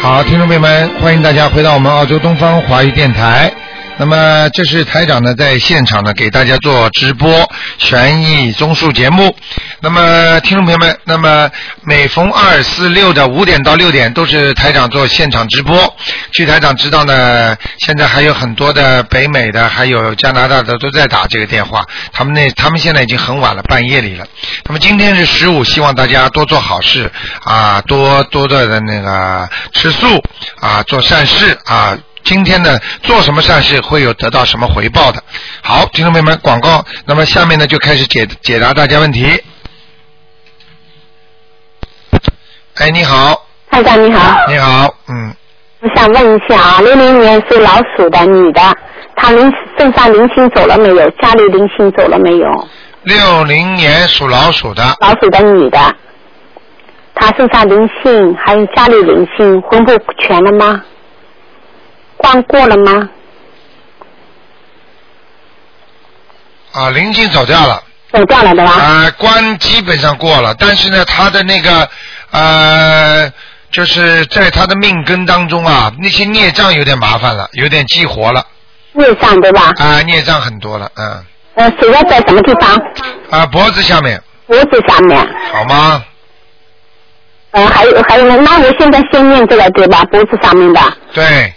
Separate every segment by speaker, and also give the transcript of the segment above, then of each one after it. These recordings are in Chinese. Speaker 1: 好，听众朋友们，欢迎大家回到我们澳洲东方华语电台。那么，这是台长呢在现场呢给大家做直播悬疑综述节目。那么，听众朋友们，那么每逢二、四、六的五点到六点都是台长做现场直播。据台长知道呢，现在还有很多的北美的，还有加拿大的都在打这个电话，他们那他们现在已经很晚了，半夜里了。那么今天是十五，希望大家多做好事啊，多多的那个吃素啊，做善事啊。今天呢，做什么善事会有得到什么回报的？好，听众朋友们，广告。那么下面呢，就开始解解答大家问题。哎，你好，
Speaker 2: 台长你好，
Speaker 1: 你好，嗯，
Speaker 2: 我想问一下啊，六零年属老鼠的女的，她灵身上灵性走了没有？家里灵性走了没有？
Speaker 1: 六零年属老鼠的，
Speaker 2: 老鼠的女的，她身上灵性还有家里灵性魂魄全了吗？关过了吗？
Speaker 1: 啊，灵性走掉了，
Speaker 2: 走掉了的吧？
Speaker 1: 啊，关基本上过了，但是呢，他的那个呃，就是在他的命根当中啊，那些孽障有点麻烦了，有点激活了，
Speaker 2: 内脏对吧？
Speaker 1: 啊，孽障很多了，嗯，
Speaker 2: 呃，主要在什么地方？
Speaker 1: 啊，脖子下面，
Speaker 2: 脖子下面。
Speaker 1: 好吗？
Speaker 2: 呃，还有还有呢，那我现在先念这个对吧？脖子上面的，
Speaker 1: 对，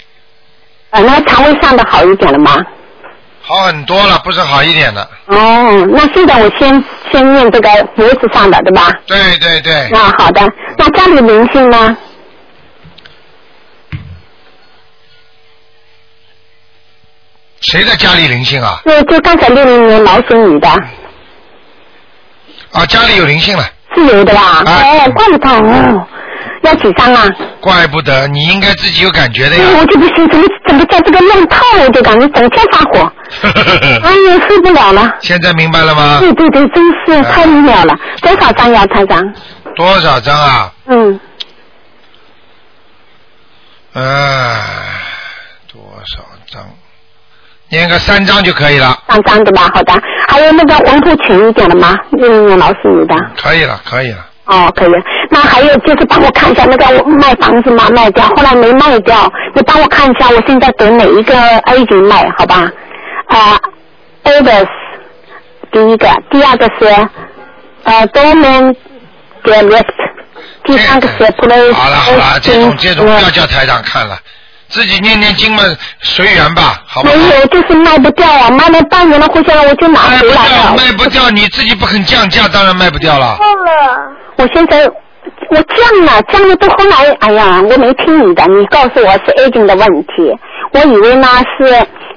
Speaker 2: 呃，那肠胃上的好一点了吗？
Speaker 1: 好很多了，不是好一点的，
Speaker 2: 哦，那现在我先先念这个脖子上的对吧？
Speaker 1: 对对对，
Speaker 2: 啊，好的。那家里灵性呢？
Speaker 1: 谁的家里灵性啊？
Speaker 2: 就就刚才六零年老鼠女的，
Speaker 1: 啊，家里有灵性了，
Speaker 2: 是有的吧？
Speaker 1: 哎
Speaker 2: 哦，怪不得哦，要几张啊？
Speaker 1: 怪不得你应该自己有感觉的
Speaker 2: 哎
Speaker 1: 呀，
Speaker 2: 我就不行，怎么怎么在这个弄套，我就感觉整天发火，
Speaker 1: 嗯
Speaker 2: 哎呀，受不了了。
Speaker 1: 现在明白了吗？
Speaker 2: 对对对，真是
Speaker 1: 哎
Speaker 2: 太厉害了！多少张呀，台长？
Speaker 1: 多少张啊？
Speaker 2: 嗯，
Speaker 1: 唉，哎多少张？念个三张就可以了，
Speaker 2: 三张对吧？好的。还有那个文图全一点的吗？六零年老鼠女的。
Speaker 1: 可以了，可以了。
Speaker 2: 哦，可以。那还有就是帮我看一下那个我卖房子嘛，卖掉，后来没卖掉，你帮我看一下我现在给哪一个 A 级卖，好吧？啊、呃、，Avis 第一个，第二个是呃 Domain d e r e s t 第三个是 Place。
Speaker 1: 哎
Speaker 2: 嗯
Speaker 1: 好了好了，这种这种不要叫台长看了，自己念念经嘛，随缘吧，好不
Speaker 2: 没
Speaker 1: 好？
Speaker 2: 有，就是卖不掉啊，卖了半年了，回家了我就拿
Speaker 1: 卖哎
Speaker 2: 回
Speaker 1: 不
Speaker 2: 来
Speaker 1: 掉，
Speaker 2: 了。
Speaker 1: 卖不掉，你自己不肯降价，当然卖不掉了。
Speaker 2: 我现在我降了，降了都后来，哎呀，我没听你的，你告诉我是 agent 的问题，我以为呢是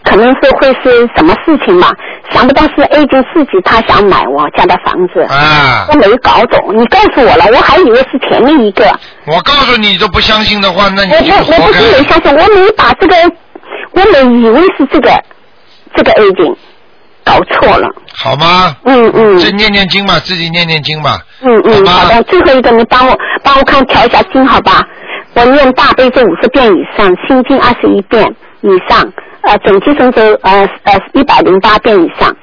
Speaker 2: 可能是会是什么事情嘛，想不到是 agent 自己他想买我家的房子，
Speaker 1: 啊
Speaker 2: 我，没搞懂，你告诉我了，我还以为是前面一个，
Speaker 1: 我告诉你，你都不相信的话，那
Speaker 2: 我
Speaker 1: 哎你就
Speaker 2: 不我
Speaker 1: 活
Speaker 2: 不
Speaker 1: 该
Speaker 2: 是。没相信，我没把这个，我没以为是这个这个 agent 搞错了，
Speaker 1: 好吗？
Speaker 2: 嗯嗯。
Speaker 1: 这念念经吧，自己念念经吧。
Speaker 2: 嗯嗯，
Speaker 1: 好
Speaker 2: 好
Speaker 1: 吧
Speaker 2: 的，最后一个你帮我帮我看调一下经好吧？我念大悲咒五十遍以上，心经二十一遍以上，呃，准提神咒呃呃一百零八遍以上，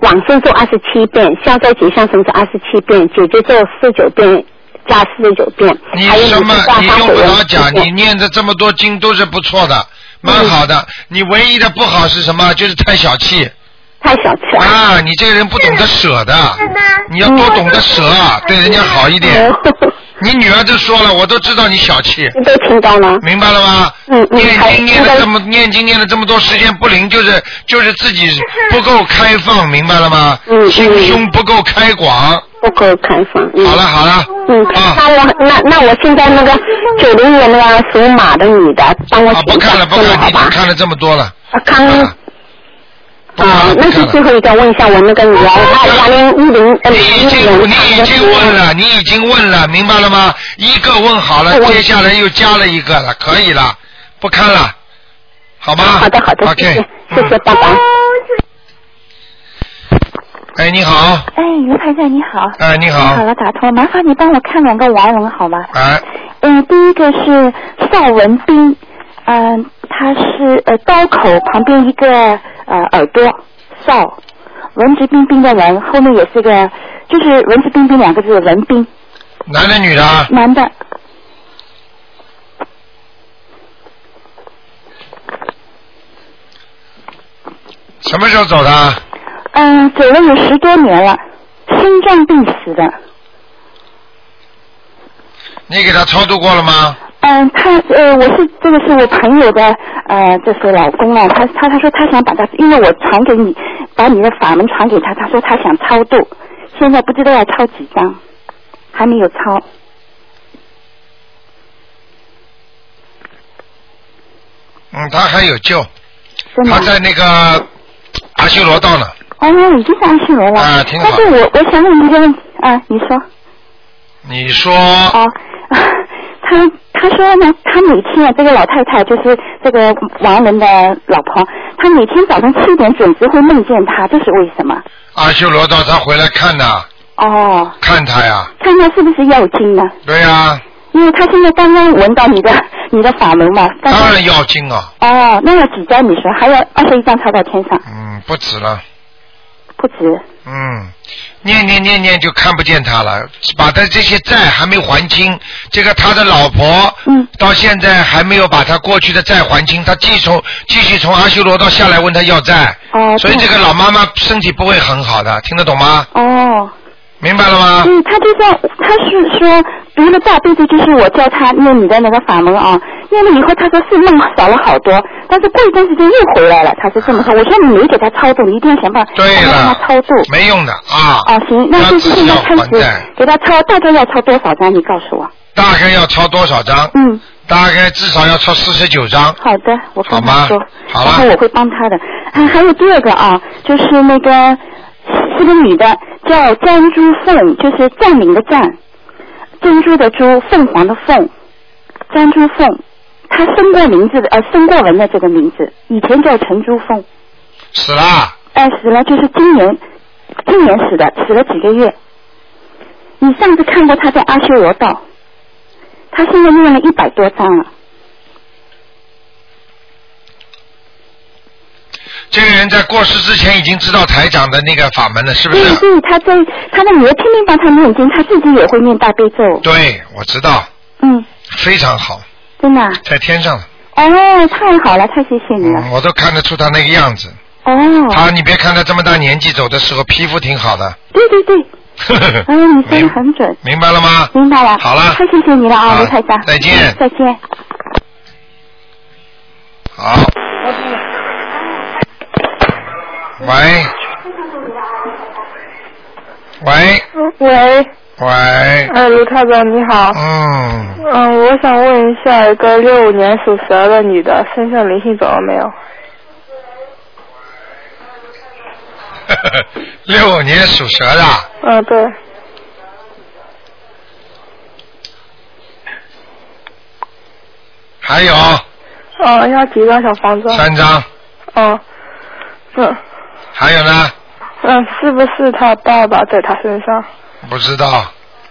Speaker 2: 往生咒二十七遍，消灾吉祥神咒二十七遍，解结咒四十九遍加四十九遍，
Speaker 1: 你
Speaker 2: 还有
Speaker 1: 什么
Speaker 2: 礼佛大
Speaker 1: 你
Speaker 2: 忏
Speaker 1: 用
Speaker 2: 悔
Speaker 1: 不
Speaker 2: 文
Speaker 1: 着
Speaker 2: 17
Speaker 1: 讲，
Speaker 2: 遍
Speaker 1: 你念的这么多经都是不错的，蛮
Speaker 2: 嗯
Speaker 1: 好的。你唯一的不好是什么？就是太小气
Speaker 2: 太小气了。
Speaker 1: 啊！你这个人不懂得舍的，你要多懂得舍啊，对人家好一点。
Speaker 2: 嗯
Speaker 1: 你女儿就说了，我都知道你小气，
Speaker 2: 你都听到了，
Speaker 1: 明白了吗？
Speaker 2: 嗯嗯
Speaker 1: 念
Speaker 2: 好
Speaker 1: 经念
Speaker 2: 明
Speaker 1: 了
Speaker 2: 白
Speaker 1: 这么念经念了这么多时间不灵，就是就是自己不够开放，明白了吗？
Speaker 2: 嗯嗯
Speaker 1: 心胸不够开广。
Speaker 2: 不够开放。嗯
Speaker 1: 好了好了，
Speaker 2: 嗯，
Speaker 1: 啊
Speaker 2: 那我那那我现在那个九零年那个属马的女的，帮我
Speaker 1: 啊，
Speaker 2: 请
Speaker 1: 不
Speaker 2: 一
Speaker 1: 看
Speaker 2: 下
Speaker 1: 了不
Speaker 2: 看
Speaker 1: 看，
Speaker 2: 好
Speaker 1: 你
Speaker 2: 吧？
Speaker 1: 看了这么多了。
Speaker 2: 啊，康
Speaker 1: 啊不看
Speaker 2: 啊
Speaker 1: 了，，不啊
Speaker 2: 那
Speaker 1: 看
Speaker 2: 就最
Speaker 1: 了。
Speaker 2: 后一个问一下我那个女儿，她二零一零呃
Speaker 1: 你已经
Speaker 2: 零
Speaker 1: 你
Speaker 2: 一
Speaker 1: 已
Speaker 2: 年
Speaker 1: 经问了，你已经问了，明白了吗？一个问好了，
Speaker 2: 我
Speaker 1: 接下来又加了一个了，可以了，不看了，好吗？
Speaker 2: 好的好的，谢谢
Speaker 1: OK，
Speaker 2: 谢谢，
Speaker 1: 嗯。
Speaker 2: 拜拜。
Speaker 1: 哎，你好，
Speaker 3: 哎，卢台长你好。
Speaker 1: 哎，你
Speaker 3: 你
Speaker 1: 好，
Speaker 3: 了，打通了，麻烦你帮我看两个王文好吗？
Speaker 1: 哎，
Speaker 3: 嗯、第一个是邵文斌，嗯、他是呃刀口旁边一个呃耳朵，邵文质彬彬的人，后面也是个就是文质彬彬两个字，文彬，
Speaker 1: 男的女的啊？
Speaker 3: 男的。
Speaker 1: 什么时候走的？
Speaker 2: 嗯，走了有十多年了，心脏病死的。
Speaker 1: 你给他超度过了吗？
Speaker 2: 嗯，他呃，我是这个是我朋友的呃，就是老公啊，他他他说他想把他，因为我传给你，把你的法门传给他，他说他想超度，现在不知道要超几张，还没有超。
Speaker 1: 嗯，他还有救，
Speaker 2: 真的
Speaker 1: 他在那个阿修罗道呢。
Speaker 2: 哦，已经上去了。
Speaker 1: 啊挺好
Speaker 2: 但是我我想问一个问题啊，你说
Speaker 1: 你说，
Speaker 2: 哦，他他说呢，他每天啊，这个老太太就是这个亡人的老婆，她每天早上七点准时会梦见他，这是为什么？
Speaker 1: 阿修罗道他回来看呐，
Speaker 2: 哦，
Speaker 1: 看他呀，
Speaker 2: 看看是不是要经呢？
Speaker 1: 对呀，
Speaker 2: 因为嗯他现在刚刚闻到你的 你的法门嘛，但
Speaker 1: 当
Speaker 2: 是
Speaker 1: 然要经啊，
Speaker 2: 哦，那要几张？你说还要二十一张抄到天上，
Speaker 1: 嗯，不止了。
Speaker 2: 不止。
Speaker 1: 嗯，念念念念就看不见他了，把他这些债还没还清，这个他的老婆，
Speaker 2: 嗯，
Speaker 1: 到现在还没有把他过去的债还清，他继从继续从阿修罗道下来问他要债，
Speaker 2: 哦，
Speaker 1: 所以这
Speaker 2: 对
Speaker 1: 个老妈妈身体不会很好的，听得懂吗？
Speaker 2: 哦，
Speaker 1: 明白了吗？
Speaker 2: 嗯，他就在，他是说读了大悲咒，就是我教他念你的那个法门啊，念了以后他说是梦少了好多，但是过一段时间又回来了，他是这么说。我说你没给他超度，你一定要想办法
Speaker 1: 对
Speaker 2: 让他
Speaker 1: 了
Speaker 2: 超度。，
Speaker 1: 没用的啊，
Speaker 2: 哦，行，那就
Speaker 1: 自
Speaker 2: 是现
Speaker 1: 己
Speaker 2: 在
Speaker 1: 要
Speaker 2: 开
Speaker 1: 还
Speaker 2: 始
Speaker 1: 债，
Speaker 2: 给他超，大概要超多少张？你告诉我。
Speaker 1: 大概要抄多少张？
Speaker 2: 嗯，
Speaker 1: 大概至少要抄四十九张。
Speaker 2: 好的，我跟
Speaker 1: 好吗
Speaker 2: 他说，
Speaker 1: 好啊了
Speaker 2: 然后我会帮他的。还还有第二个啊，就是那个是个女的，叫詹珠凤，就是占领的占，珍珠的珠，凤凰的凤，詹珠凤。她生过名字的，呃，生过文的这个名字，以前叫陈珠凤，
Speaker 1: 死啦！
Speaker 2: 哎，死了就是今年，今年死的，死了几个月。你上次看过她在阿修罗道，她现在念了一百多章了。
Speaker 1: 这个人在过世之前已经知道台长的那个法门
Speaker 4: 嗯
Speaker 1: 了，是不
Speaker 2: 所以，
Speaker 1: 是？
Speaker 2: 所以他在他的女儿拼命帮他念经，他自己也会念大悲咒。
Speaker 1: 对，我知道，
Speaker 2: 嗯，
Speaker 1: 非常好，
Speaker 2: 真的啊、
Speaker 1: 在天上了。
Speaker 2: 哦，太好了，太谢谢你了
Speaker 1: 嗯，。我都看得出他那个样子。
Speaker 2: 哦，
Speaker 1: 他，你别看他这么大年纪，走的时候皮肤挺好的。
Speaker 2: 对对对，嗯，你说的
Speaker 1: 明
Speaker 2: 很准，
Speaker 1: 明白了吗？
Speaker 2: 明白了。
Speaker 1: 好了
Speaker 2: 太谢谢你了啊，
Speaker 1: 好
Speaker 2: 卢台长。
Speaker 1: 再
Speaker 4: 嗯
Speaker 1: 见
Speaker 2: 再见。
Speaker 1: 好。喂。喂
Speaker 5: 喂，
Speaker 1: 喂，
Speaker 5: 呃，卢太长你好，
Speaker 1: 嗯，
Speaker 5: 嗯，我想问一下，一个六五年属蛇的女的身上灵性走了没有？
Speaker 1: 六五年属蛇的，
Speaker 5: 嗯，对，
Speaker 1: 还有
Speaker 5: 嗯，要几张小房子？
Speaker 1: 三张，
Speaker 5: 嗯，嗯，
Speaker 1: 还有呢？
Speaker 5: 嗯，是不是他爸爸在他身上？
Speaker 1: 不知道，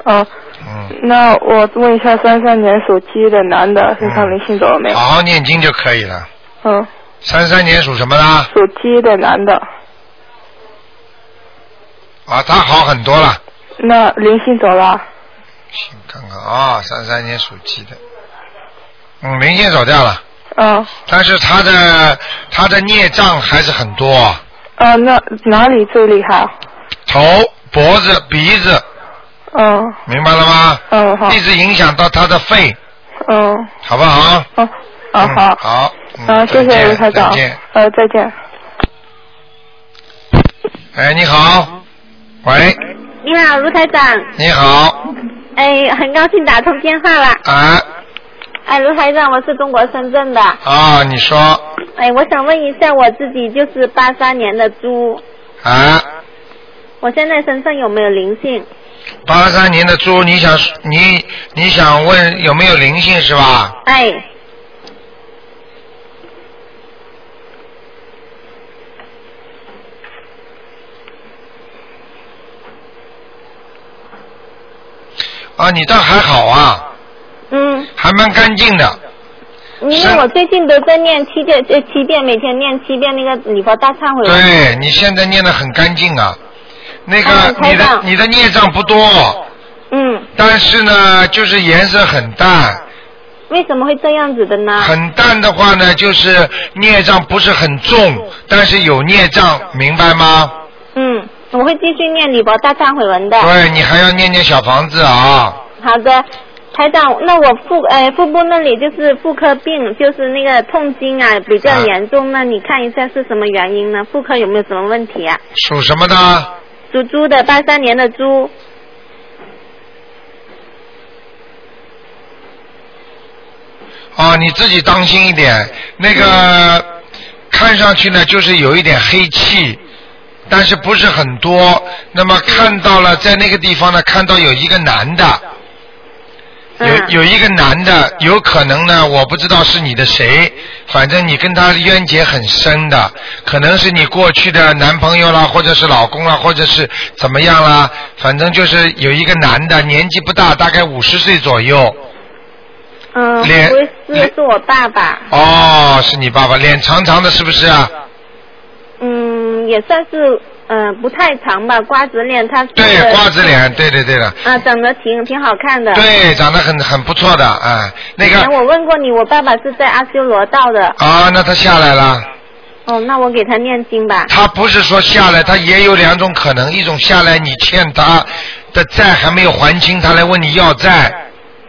Speaker 5: 嗯，
Speaker 1: 嗯，
Speaker 5: 那我问一下，三三年属鸡的男的身上灵性走了没有
Speaker 1: 好？好念经就可以了。
Speaker 5: 嗯，
Speaker 1: 三三年属什么的？
Speaker 5: 属鸡的男的，
Speaker 1: 啊，他好很多了。
Speaker 5: 那灵性走了？
Speaker 1: 行，看看啊，三三年属鸡的，嗯，灵性走掉了，
Speaker 5: 嗯，
Speaker 1: 但是他的他的孽障还是很多，
Speaker 5: 呃，那哪里最厉害？
Speaker 1: 头、脖子、鼻子，
Speaker 5: 嗯
Speaker 1: 明白了吗？
Speaker 5: 嗯，好，
Speaker 1: 一直影响到他的肺，
Speaker 5: 嗯
Speaker 1: 好不好？
Speaker 5: 嗯啊
Speaker 1: 嗯
Speaker 5: 好。
Speaker 1: 好，嗯
Speaker 5: 啊，
Speaker 1: 再
Speaker 5: 谢谢
Speaker 1: 见
Speaker 5: 卢台长
Speaker 1: 再见。，
Speaker 5: 呃，再见。
Speaker 1: 哎，你好，喂，
Speaker 6: 你好，卢台长，
Speaker 1: 你好，
Speaker 6: 哎，很高兴打通电话了。
Speaker 1: 啊
Speaker 6: 哎，卢台长，我是中国深圳的。
Speaker 1: 啊，你说
Speaker 6: 哎，我想问一下我自己，就是八三年的猪，
Speaker 1: 啊，
Speaker 6: 我现在身上有没有灵性？
Speaker 1: 八三年的猪，你想你你想问有没有灵性是吧？
Speaker 6: 哎，
Speaker 1: 啊，你倒还好啊，
Speaker 6: 嗯，
Speaker 1: 还蛮干净的。
Speaker 6: 因
Speaker 1: 是
Speaker 6: 为我最近都在念七遍，呃，七遍，每天念七遍那个礼佛大忏悔文。
Speaker 1: 对你现在念得很干净啊，那个
Speaker 6: 嗯
Speaker 1: 你
Speaker 6: 台
Speaker 1: 的
Speaker 6: 长
Speaker 1: 你的孽障不多，
Speaker 6: 嗯
Speaker 1: 但是呢，就是颜色很淡，
Speaker 6: 为什么会这样子的呢？
Speaker 1: 很淡的话呢，就是孽障不是很重，但是有孽障，明白吗？
Speaker 6: 嗯，我会继续念李博大忏悔文的。
Speaker 1: 对你还要念念小房子啊。
Speaker 6: 好的，台长，那我腹呃腹部那里就是妇科病，就是那个痛经啊比较
Speaker 1: 啊
Speaker 6: 严重，那你看一下是什么原因呢？妇科有没有什么问题啊？
Speaker 1: 属什么的？
Speaker 6: 属猪的，八三年的猪，
Speaker 1: 啊，你自己当心一点。那个看上去呢，就是有一点黑气，但是不是很多。那么看到了，在那个地方呢，看到有一个男的，有
Speaker 6: 嗯
Speaker 1: 有一个男的，有可能呢，我不知道是你的谁，反正你跟他冤结很深的，可能是你过去的男朋友啦，或者是老公啦，或者是怎么样啦，反正就是有一个男的，年纪不大，大概五十岁左右。
Speaker 6: 嗯，
Speaker 1: 脸
Speaker 6: 不是
Speaker 1: 脸
Speaker 6: 是我爸爸，
Speaker 1: 哦，是你爸爸，脸长长的，是不是啊？
Speaker 6: 嗯，也算是嗯、呃不太长吧，瓜子脸，他是
Speaker 1: 对，瓜子脸，对对对了，
Speaker 6: 啊，长得挺挺好看的。
Speaker 1: 对，长得很很不错的啊、那
Speaker 6: 以前
Speaker 1: 个
Speaker 6: 我问过你，我爸爸是在阿修罗道的。
Speaker 1: 啊，那他下来了。
Speaker 6: 哦，那我给他念经吧。
Speaker 1: 他不是说下来，他也有两种可能，一种下来你欠他的债还没有还清，他来问你要债；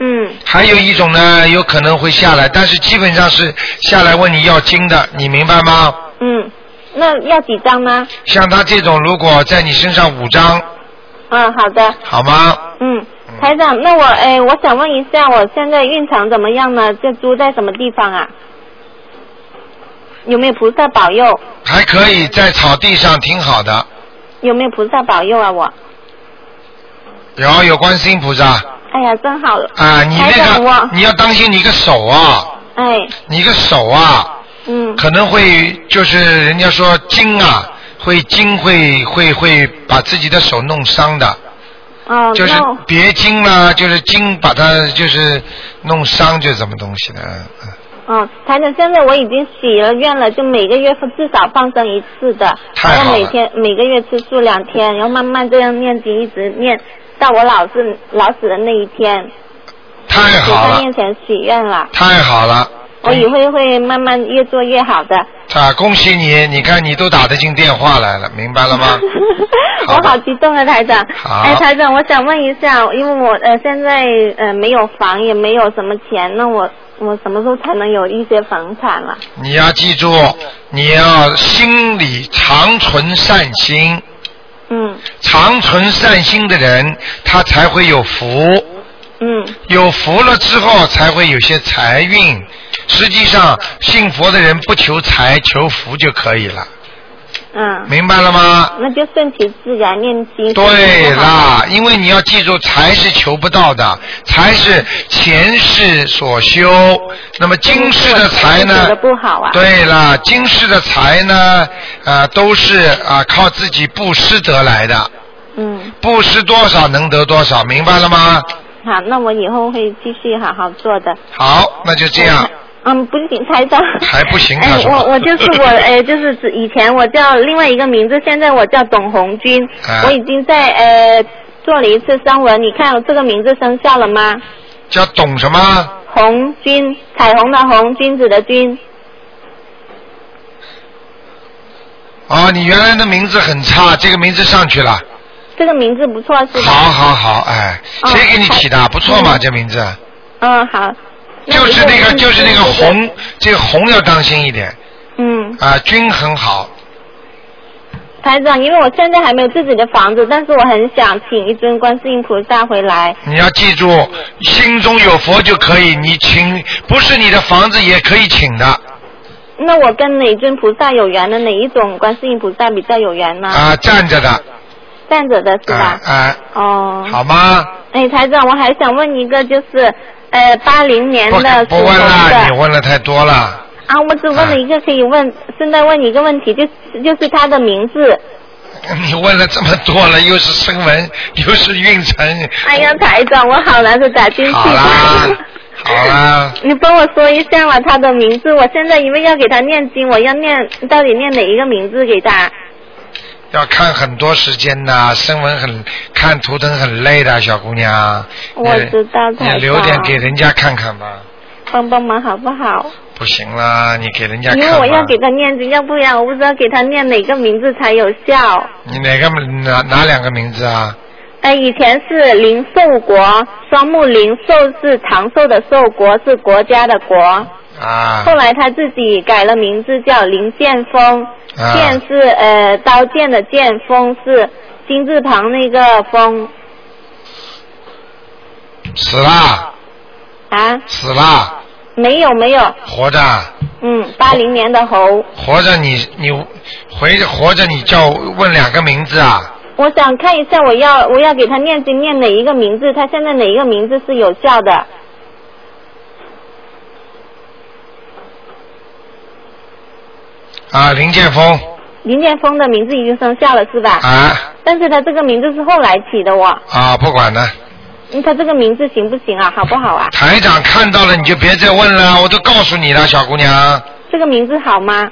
Speaker 6: 嗯，
Speaker 1: 还有一种呢，有可能会下来，但是基本上是下来问你要经的，你明白吗？
Speaker 6: 嗯，那要几张呢？
Speaker 1: 像他这种，如果在你身上五张，
Speaker 6: 嗯，好的。
Speaker 1: 好吗？
Speaker 6: 嗯，台长，那我哎，我想问一下，我现在运程怎么样呢？这猪在什么地方啊？有没有菩萨保佑？
Speaker 1: 还可以在草地上挺好的，
Speaker 6: 有没有菩萨保佑啊？我，
Speaker 1: 然后有观世音菩萨
Speaker 6: 哎呀，真好，
Speaker 1: 啊，你
Speaker 6: 台
Speaker 1: 那
Speaker 6: 长
Speaker 1: 个
Speaker 6: 我
Speaker 1: 你要当心你一个手啊，
Speaker 6: 哎，
Speaker 1: 你一个手啊，
Speaker 6: 嗯，
Speaker 1: 可能会就是人家说筋啊，会筋会会会把自己的手弄伤的，
Speaker 6: 哦，
Speaker 1: 就是
Speaker 6: 那我
Speaker 1: 别筋啦、就是筋把它就是弄伤就是什么东西的，嗯嗯
Speaker 6: 嗯，台长，现在我已经许了愿了，就每个月至少放生一次的，
Speaker 1: 太
Speaker 6: 然
Speaker 1: 好了
Speaker 6: 后每天每个月吃素两天，然后慢慢这样念经，一直念到我老是老死的那一天，
Speaker 1: 太
Speaker 6: 给
Speaker 1: 好
Speaker 6: 他
Speaker 1: 了，
Speaker 6: 面前许愿了，
Speaker 1: 太好了，
Speaker 6: 我以后会慢慢越做越好的。
Speaker 1: 啊，恭喜你，你看你都打得进电话来了，明白了 吗？
Speaker 6: 我
Speaker 1: 啊好的
Speaker 6: 好激动啊，台长！
Speaker 1: 好
Speaker 6: 哎，台长，我想问一下，因为我呃现在呃没有房，也没有什么钱，那我我什么时候才能有一些房产了？
Speaker 1: 你要记住，你要心里常存善心，
Speaker 6: 嗯
Speaker 1: 常存善心的人，他才会有福。
Speaker 6: 嗯
Speaker 1: 有福了之后才会有些财运。实际上，信佛的人不求财，求福就可以了，
Speaker 6: 嗯，
Speaker 1: 明白了吗？
Speaker 6: 那就顺其自然念经。
Speaker 1: 对
Speaker 6: 啦，
Speaker 1: 啦，因为你要记住，财是求不到的，财是前世所修。那么今世的财呢
Speaker 6: 做的？不好啊。
Speaker 1: 对啦，今世的财呢，啊，都是啊、靠自己布施得来的，
Speaker 6: 嗯，
Speaker 1: 布施多少能得多少，明白了吗？
Speaker 6: 好，那我以后会继续好好做的。
Speaker 1: 好，那就这样。
Speaker 6: 嗯，不行，台长。
Speaker 1: 还不行他
Speaker 6: 哎，
Speaker 1: 说
Speaker 6: 我我就是 我，哎，就是指以前我叫另外一个名字，现在我叫董红军。
Speaker 1: 啊
Speaker 6: 我已经在呃做了一次声纹，你看我这个名字生效了吗？
Speaker 1: 叫懂什么？
Speaker 6: 红军，彩虹的红，君子的君。
Speaker 1: 哦，你原来的名字很差，这个名字上去了。
Speaker 6: 这个名字不错，是吧？
Speaker 1: 好好好，哎，
Speaker 6: 哦
Speaker 1: 谁给你起的？
Speaker 6: 好
Speaker 1: 不错嘛，
Speaker 6: 嗯
Speaker 1: 这名字。
Speaker 6: 嗯，好。
Speaker 1: 就是那
Speaker 6: 以后
Speaker 1: 个，
Speaker 6: 我
Speaker 1: 就是那个
Speaker 6: 对对对
Speaker 1: 红，这个红要当心一点
Speaker 6: 嗯，
Speaker 1: 啊，均很好。
Speaker 6: 台长，因为我现在还没有自己的房子，但是我很想请一尊观世音菩萨回来。
Speaker 1: 你要记住，心中有佛就可以。你请，不是你的房子也可以请的
Speaker 6: 啊那我跟哪尊菩萨有缘呢？哪一种观世音菩萨比较有缘呢？
Speaker 1: 啊，站着的
Speaker 6: 站着的是
Speaker 1: 啊
Speaker 6: 吧？
Speaker 1: 啊，
Speaker 6: 哦。
Speaker 1: 好吗？
Speaker 6: 哎，台长，我还想问一个，就是呃，八零年
Speaker 1: 不
Speaker 6: 的
Speaker 1: 不
Speaker 6: 属
Speaker 1: 问
Speaker 6: 猴
Speaker 1: 了，你
Speaker 6: 的
Speaker 1: 问了太多了。
Speaker 6: 啊，我只问了一个，可以问，顺带问你一个
Speaker 1: 哎
Speaker 6: 问题，就就是他的名字。
Speaker 1: 你问了这么多了，又是声纹，又是运程。
Speaker 6: 哎呀，台长，我好难得打进去。
Speaker 1: 好 啦，好啦。
Speaker 6: 你帮我说一下嘛，他的名字。我现在因为要给他念经，我要念到底念哪一个名字给他？
Speaker 1: 要看很多时间呐、声纹很看图腾很累的小姑娘，
Speaker 6: 我知道
Speaker 1: 你
Speaker 6: 台长
Speaker 1: 你留点给人家看看吧。
Speaker 6: 帮帮忙好不好？
Speaker 1: 不行啦，你给人家
Speaker 6: 因
Speaker 1: 看
Speaker 6: 为我
Speaker 1: 吧
Speaker 6: 要给他念经，要不然我不知道给他念哪个名字才有效。
Speaker 1: 你哪个哪哪两个名字啊？
Speaker 6: 哎，以前是林寿国，双木林寿是长寿的寿，国是国家的国。
Speaker 1: 啊
Speaker 6: 后来他自己改了名字叫林剑锋，
Speaker 1: 啊
Speaker 6: 剑是呃刀剑的剑，锋是金字旁那个锋
Speaker 1: 死啦
Speaker 6: 啊。
Speaker 1: 死啦，
Speaker 6: 没有没有，
Speaker 1: 活着
Speaker 6: 嗯，八零年的猴，
Speaker 1: 活着你你回活着你叫问两个名字啊？
Speaker 6: 我想看一下，我要我要给他念经念哪一个名字，他现在哪一个名字是有效的？
Speaker 1: 啊，林建峰
Speaker 6: 林剑锋的名字已经生效了是吧？
Speaker 1: 啊
Speaker 6: 但是他这个名字是后来起的我，
Speaker 1: 啊，不管了。
Speaker 6: 嗯他这个名字行不行啊？好不好啊？
Speaker 1: 台长看到了你就别再问了，我都告诉你了，小姑娘，
Speaker 6: 这个名字好吗？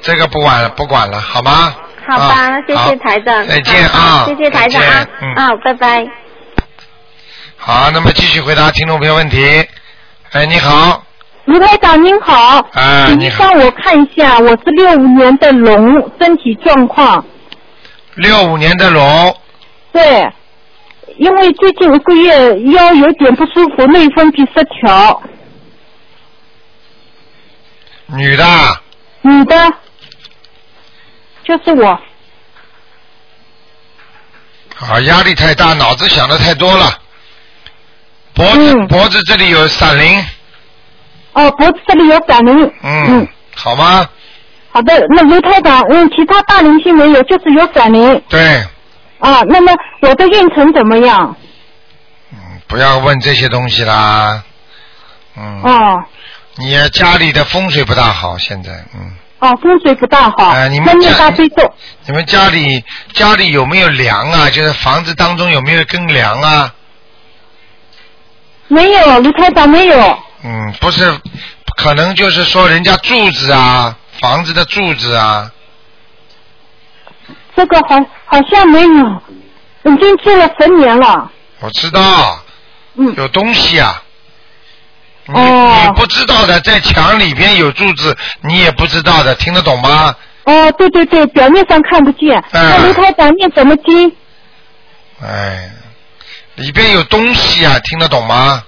Speaker 1: 这个不管了，不管了，好吗？
Speaker 6: 好吧，
Speaker 1: 啊
Speaker 6: 那谢谢台长。嗯
Speaker 1: 再见啊
Speaker 6: 好，谢谢台长
Speaker 1: 再
Speaker 6: 啊
Speaker 1: 见嗯，
Speaker 6: 啊，拜拜。
Speaker 1: 好，那么继续回答听众朋友问题。哎，你好，
Speaker 4: 卢台长您好，
Speaker 1: 啊
Speaker 4: 请
Speaker 6: 嗯
Speaker 1: 你
Speaker 4: 您
Speaker 1: 好
Speaker 4: 帮我看一下，我是六五年的龙，身体状况。
Speaker 1: 六五年的龙，
Speaker 4: 对，因为最近一个月腰有点不舒服，内分泌失调。
Speaker 1: 女的，啊
Speaker 4: 女的，就是我。
Speaker 1: 啊，压力太大，脑子想的太多了，脖子、
Speaker 4: 嗯
Speaker 1: 脖子这里有闪灵，
Speaker 4: 哦，脖子这里有感灵。
Speaker 1: 嗯，好吗？
Speaker 4: 好的，那卢台长，嗯，其他大灵性没有，就是有感灵
Speaker 1: 对，
Speaker 4: 啊。那么我的运程怎么样？
Speaker 1: 嗯，不要问这些东西啦，嗯，
Speaker 4: 哦
Speaker 1: 你家里的风水不大好，现在，嗯，
Speaker 4: 哦，风水不大好。
Speaker 1: 哎你们
Speaker 4: 那念
Speaker 1: 家
Speaker 4: 大悲咒。
Speaker 1: 你们家里家里有没有梁啊？就是房子当中有没有一根梁啊？
Speaker 4: 没有，卢台长没有。
Speaker 1: 嗯，不是，可能就是说人家柱子啊，房子的柱子啊，
Speaker 4: 这个好好像没有，已经住了十年了。
Speaker 1: 我知道
Speaker 4: 嗯，
Speaker 1: 有东西啊。你
Speaker 4: 哦
Speaker 1: 你不知道的，在墙里边有柱子，你也不知道的，听得懂吗？
Speaker 4: 哦，对对对，表面上看不见。
Speaker 1: 嗯
Speaker 4: 那卢台长念什么经？
Speaker 1: 哎，里边有东西啊，听得懂吗？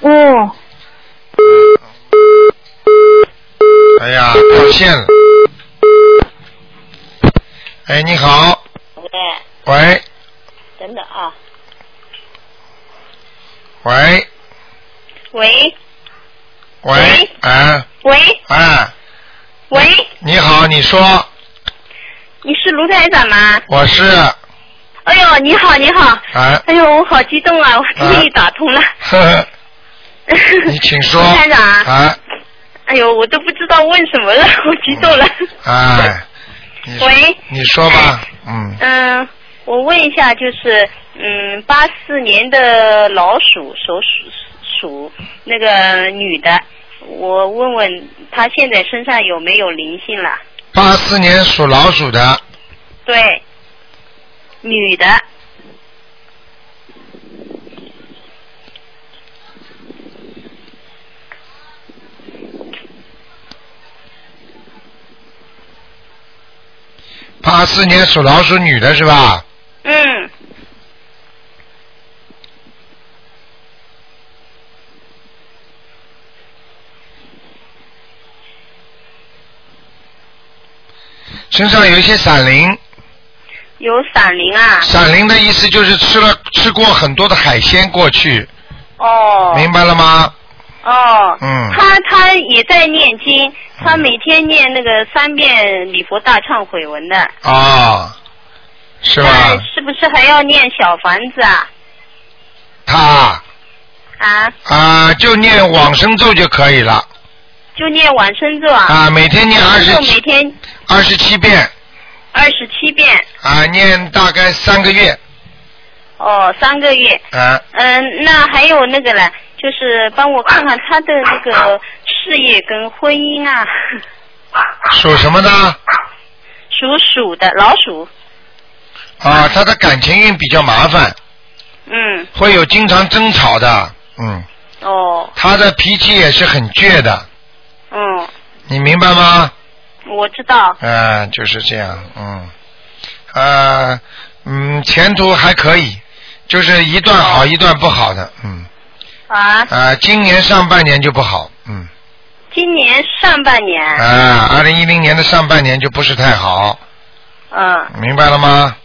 Speaker 4: 哦，
Speaker 1: 哎呀，掉线了。哎，你好，
Speaker 7: 喂，
Speaker 1: 喂
Speaker 7: 等等啊，
Speaker 1: 喂
Speaker 7: 喂
Speaker 1: 喂，哎
Speaker 7: 喂
Speaker 1: 哎，
Speaker 7: 喂，
Speaker 1: 你好，你说
Speaker 7: 你是卢台长吗？
Speaker 1: 我是啊
Speaker 7: 哎呦，你好你好，
Speaker 1: 哎，
Speaker 7: 哎呦，我好激动啊，我终于打通了。
Speaker 1: 呵呵，你请说。
Speaker 7: 卢台长啊，
Speaker 1: 啊
Speaker 7: 哎呦，我都不知道问什么了，我激动了。
Speaker 1: 哎，你说
Speaker 7: 喂
Speaker 1: 你说吧，嗯，
Speaker 7: 嗯，我问一下，就是嗯，八四年的老鼠，属属属那个女的，我问问她现在身上有没有灵性了？
Speaker 1: 八四年属老鼠的，
Speaker 7: 对，女的，
Speaker 1: 八四年属老鼠女的是吧？
Speaker 7: 嗯，
Speaker 1: 身上有一些闪灵，
Speaker 7: 有闪灵啊。
Speaker 1: 闪灵的意思就是吃了吃过很多的海鲜过去，
Speaker 7: 哦。
Speaker 1: 明白了吗？
Speaker 7: 哦，
Speaker 1: 嗯
Speaker 7: 他他也在念经，他每天念那个三遍礼佛大忏悔文的，
Speaker 1: 啊、是
Speaker 7: 那
Speaker 1: 吧？
Speaker 7: 是不是还要念小房子啊？
Speaker 1: 他啊、
Speaker 7: 啊，
Speaker 1: 就念往生咒就可以了
Speaker 7: 就念往生咒啊，
Speaker 1: 啊、每天念二
Speaker 7: 往
Speaker 1: 十
Speaker 7: 生咒每天
Speaker 1: 二十七遍
Speaker 7: 二十七遍，
Speaker 1: 啊、念大概三个月
Speaker 7: 哦，三个月。
Speaker 1: 啊、
Speaker 7: 嗯，那还有那个呢，就是帮我看看他的那个事业跟婚姻啊，
Speaker 1: 属什么呢？
Speaker 7: 属鼠的老鼠，
Speaker 1: 啊，他的感情运比较麻烦，
Speaker 7: 嗯，
Speaker 1: 会有经常争吵的，嗯，
Speaker 7: 哦，
Speaker 1: 他的脾气也是很倔的，
Speaker 7: 嗯，
Speaker 1: 你明白吗？
Speaker 7: 我知道，
Speaker 1: 啊、就是这样，嗯，啊，嗯，前途还可以，就是一段好一段不好的，嗯，
Speaker 7: 啊，
Speaker 1: 啊、今年上半年就不好，嗯，
Speaker 7: 今年上半年，
Speaker 1: 啊、二零一零年的上半年就不是太好，
Speaker 7: 嗯，
Speaker 1: 明白了吗？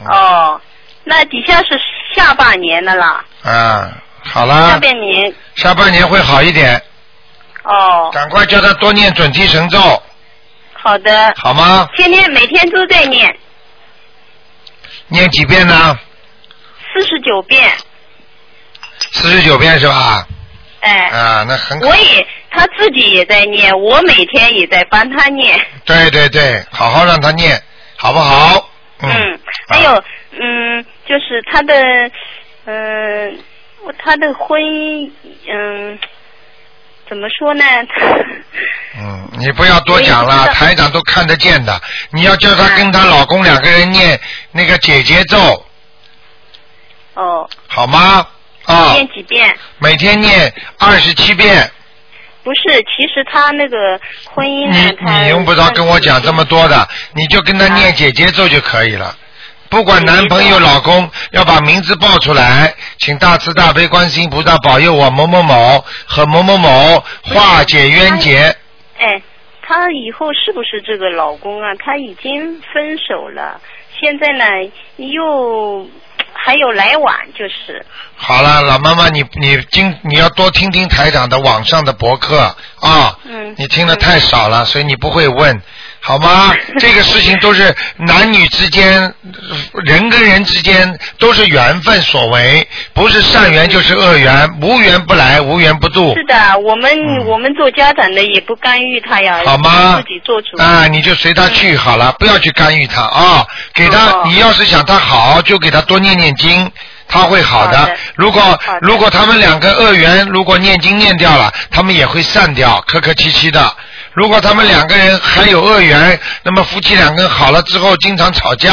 Speaker 1: 嗯
Speaker 7: 哦，那底下是下半年的啦，
Speaker 1: 啊、好
Speaker 7: 下
Speaker 1: 啦，
Speaker 7: 半年，
Speaker 1: 下半年会好一点，
Speaker 7: 哦，
Speaker 1: 赶快叫他多念准提神咒，
Speaker 7: 好的，
Speaker 1: 好吗？
Speaker 7: 天天每天都在念
Speaker 1: 念几遍呢？
Speaker 7: 四十九遍，
Speaker 1: 四十九遍是吧？
Speaker 7: 哎，
Speaker 1: 啊，那很可
Speaker 7: 我也他自己也在念，我每天也在帮他念，
Speaker 1: 对对对，好好让他念，好不好？
Speaker 7: 嗯，还
Speaker 1: 啊
Speaker 7: 有，嗯，就是他的，嗯、我他的婚姻，嗯，怎么说呢？
Speaker 1: 嗯，你不要多讲
Speaker 7: 我也
Speaker 1: 了，
Speaker 7: 不知道
Speaker 1: 台长都看得见的。你要叫她跟她老公两个人念那个姐姐咒，
Speaker 7: 哦，
Speaker 1: 好吗？啊，
Speaker 7: 念几遍？
Speaker 1: 每天念二十七遍。
Speaker 7: 不是，其实他那个婚姻呢，
Speaker 1: 你
Speaker 7: 他
Speaker 1: 哎你用不着跟我讲这嗯啊么多的，你就跟她念姐姐咒就可以了。不管男朋友、老公，要把名字报出来，请大慈大悲观世音菩萨保佑我某某某和某某某化解冤结。
Speaker 7: 哎，她以后是不是这个老公啊？她已经分手了，现在呢又还有来往，就是
Speaker 1: 好了，老妈妈，你你经你要多听听台长的网上的博客啊、
Speaker 7: 嗯
Speaker 1: 你听的太少了，所以你不会问，好吗？ 这个事情都是男女之间、人跟人之间都是缘分所为，不是善缘就是恶缘，无缘不来，无缘不渡
Speaker 7: 是，的，我们、
Speaker 1: 哦嗯
Speaker 7: 我们做家长的也不干预他呀，
Speaker 1: 好吗
Speaker 7: 自己做主。
Speaker 1: 啊，你就随他
Speaker 7: 嗯
Speaker 1: 去好了，不要去干预他啊。给他，
Speaker 7: 哦
Speaker 1: 你要是想他好，就给他多念念经。他会好的，
Speaker 7: 好的
Speaker 1: 如果
Speaker 7: 好的
Speaker 1: 如果他们两个恶缘如果念经念掉了，他们也会散掉，客客气气的。如果他们两个人还有恶缘，那么夫妻两个人好了之后经常吵架，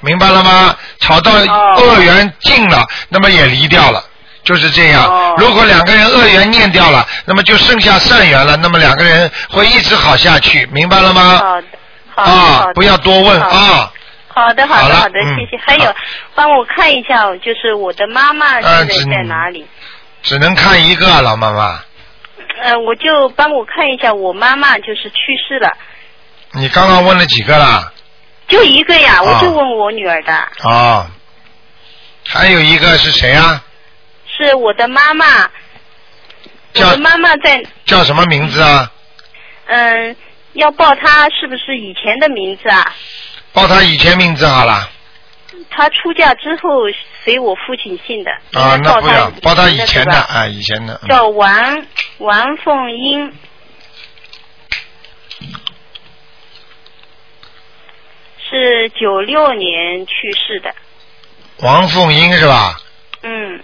Speaker 1: 明白了吗？吵到
Speaker 7: 哦
Speaker 1: 恶缘尽了，那么也离掉了，就是这样。
Speaker 7: 哦
Speaker 1: 如果两个人恶缘念掉了，那么就剩下善缘了，那么两个人会一直好下去，明白了吗？
Speaker 7: 好的，好的，好
Speaker 1: 啊，
Speaker 7: 的
Speaker 1: 不要多问
Speaker 7: 好的
Speaker 1: 啊。
Speaker 7: 好的，好
Speaker 1: 好
Speaker 7: 的，
Speaker 1: 了
Speaker 7: 好的，
Speaker 1: 嗯
Speaker 7: 谢谢。还有
Speaker 1: 好，
Speaker 7: 帮我看一下哦，就是我的妈妈现
Speaker 1: 呃
Speaker 7: 在
Speaker 1: 只
Speaker 7: 在哪里？
Speaker 1: 只能看一个老妈妈。
Speaker 7: 呃，我就帮我看一下，我妈妈就是去世了，
Speaker 1: 你刚刚问了几个啦？
Speaker 7: 就一个呀，
Speaker 1: 啊
Speaker 7: 我就问我女儿的，
Speaker 1: 哦，还有一个是谁啊？
Speaker 7: 是我的妈妈，我
Speaker 1: 叫
Speaker 7: 的妈妈在，
Speaker 1: 叫什么名字啊？
Speaker 7: 嗯、要报她是不是以前的名字啊？
Speaker 1: 报他以前名字好了。
Speaker 7: 她出嫁之后随我父亲姓的，
Speaker 1: 啊，那
Speaker 7: 应该嗯报
Speaker 1: 不要，报他
Speaker 7: 她
Speaker 1: 以前
Speaker 7: 是
Speaker 1: 的
Speaker 7: 吧
Speaker 1: 啊，以前的。嗯
Speaker 7: 叫王王凤英。是九六年去世的，
Speaker 1: 王凤英是吧？
Speaker 7: 嗯，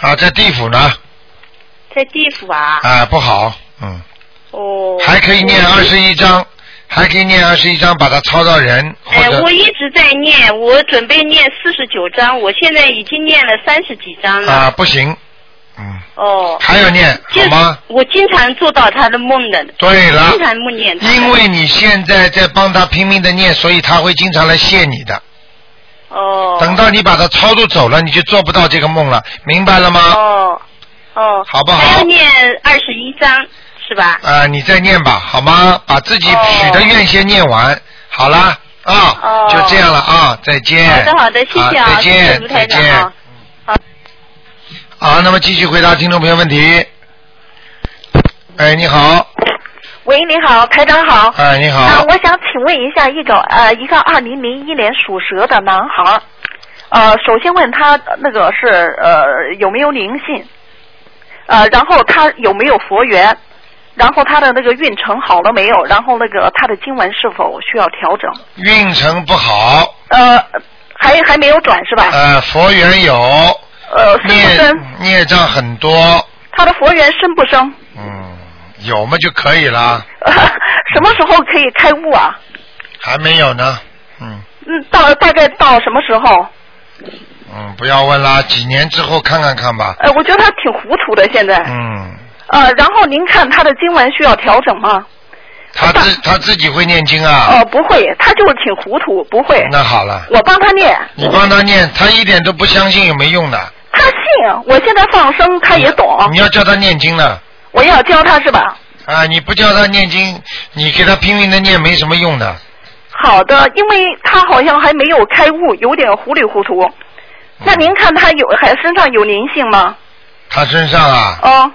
Speaker 1: 啊，在地府呢，
Speaker 7: 在地府啊。
Speaker 1: 啊，不好，嗯，
Speaker 7: 哦。
Speaker 1: 还可以念
Speaker 7: 我
Speaker 1: 二。十一章，还可以念二十一章，把它抄到人或
Speaker 7: 哎，
Speaker 1: 者
Speaker 7: 我一直在念，我准备念四十九章，我现在已经念了三十几章了。
Speaker 1: 啊不行，嗯，
Speaker 7: 哦。
Speaker 1: 还要念
Speaker 7: 就
Speaker 1: 好吗？
Speaker 7: 我经常做到他的梦的，
Speaker 1: 对了
Speaker 7: 经，常梦见他的。
Speaker 1: 因为你现在在帮他拼命的念，所以他会经常来谢你的。
Speaker 7: 哦。
Speaker 1: 等到你把它超度走了，你就做不到这个梦了，明白了吗？
Speaker 7: 哦哦，
Speaker 1: 好不好
Speaker 7: 还要念二十一章是吧？
Speaker 1: 啊、你再念吧，好吗？把自己
Speaker 7: 哦
Speaker 1: 许的愿先念完，好啦，啊、
Speaker 7: 哦
Speaker 1: 就这样了啊，再见。
Speaker 7: 好的好的，谢谢啊，
Speaker 1: 再
Speaker 7: 谢谢
Speaker 1: 见
Speaker 7: 卢，
Speaker 1: 再
Speaker 7: 台长
Speaker 1: 见
Speaker 7: 啊。。
Speaker 1: 好，那么继续回答听众朋友问题。哎，你好，
Speaker 5: 喂，你好，台长好。
Speaker 1: 哎，你
Speaker 5: 啊，
Speaker 1: 好，
Speaker 5: 我想请问一下一个呃，一个二零零一年属蛇的男孩儿，呃，首先问他呃那个是呃有没有灵性，呃，然后他有没有佛缘，然后他的那个运程好了没有，然后那个他的经文是否需要调整，
Speaker 1: 运程不好，
Speaker 5: 呃，还还没有转是吧？
Speaker 1: 呃，佛缘有，
Speaker 5: 呃，生不
Speaker 1: 孽
Speaker 5: 生？
Speaker 1: 孽障很多，
Speaker 5: 他的佛缘生不生？
Speaker 1: 嗯，有嘛就可以了，
Speaker 5: 什么时候可以开悟啊？
Speaker 1: 还没有呢，嗯
Speaker 5: 嗯，到大概到什么时候？
Speaker 1: 嗯，不要问啦，几年之后看看看吧。
Speaker 5: 呃，我觉得他挺糊涂的现在。
Speaker 1: 嗯，
Speaker 5: 呃，然后您看他的经文需要调整吗？
Speaker 1: 他自他自己会念经啊。
Speaker 5: 呃，不会，他就是挺糊涂，不会。
Speaker 1: 那好了，
Speaker 5: 我帮他念，
Speaker 1: 你帮他念，他一点都不相信，有没用的。
Speaker 5: 他信。我现在放生，他也懂。
Speaker 1: 你要叫他念经了
Speaker 5: 我要教他是吧？
Speaker 1: 啊！你不叫他念经，你给他拼命的念没什么用的。
Speaker 5: 好的，因为他好像还没有开悟，有点糊里糊涂。那您看他有还身上有灵性吗？
Speaker 1: 他身上啊，
Speaker 5: 哦，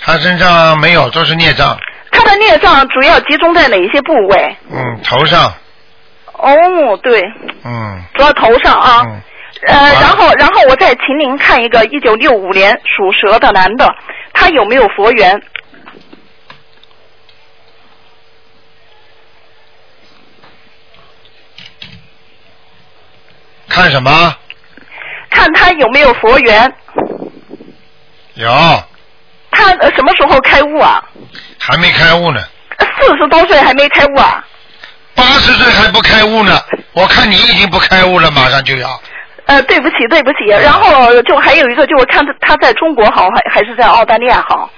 Speaker 1: 他身上没有，都是孽障。
Speaker 5: 他的孽障主要集中在哪一些部位？
Speaker 1: 嗯，头上，
Speaker 5: 哦，对，
Speaker 1: 嗯，
Speaker 5: 主要头上啊。
Speaker 1: 嗯
Speaker 5: 呃，然后，然后我再请您看一个一九六五年属蛇的男的，他有没有佛缘？
Speaker 1: 看什么？
Speaker 5: 看他有没有佛缘？
Speaker 1: 有，
Speaker 5: 他呃什么时候开悟啊？
Speaker 1: 还没开悟呢，
Speaker 5: 四十多岁还没开悟啊？
Speaker 1: 八十岁还不开悟呢。我看你已经不开悟了，马上就要。
Speaker 5: 呃，对不起，对不起。然后就还有一个，就是看他他在中国好还还是在澳大利亚好？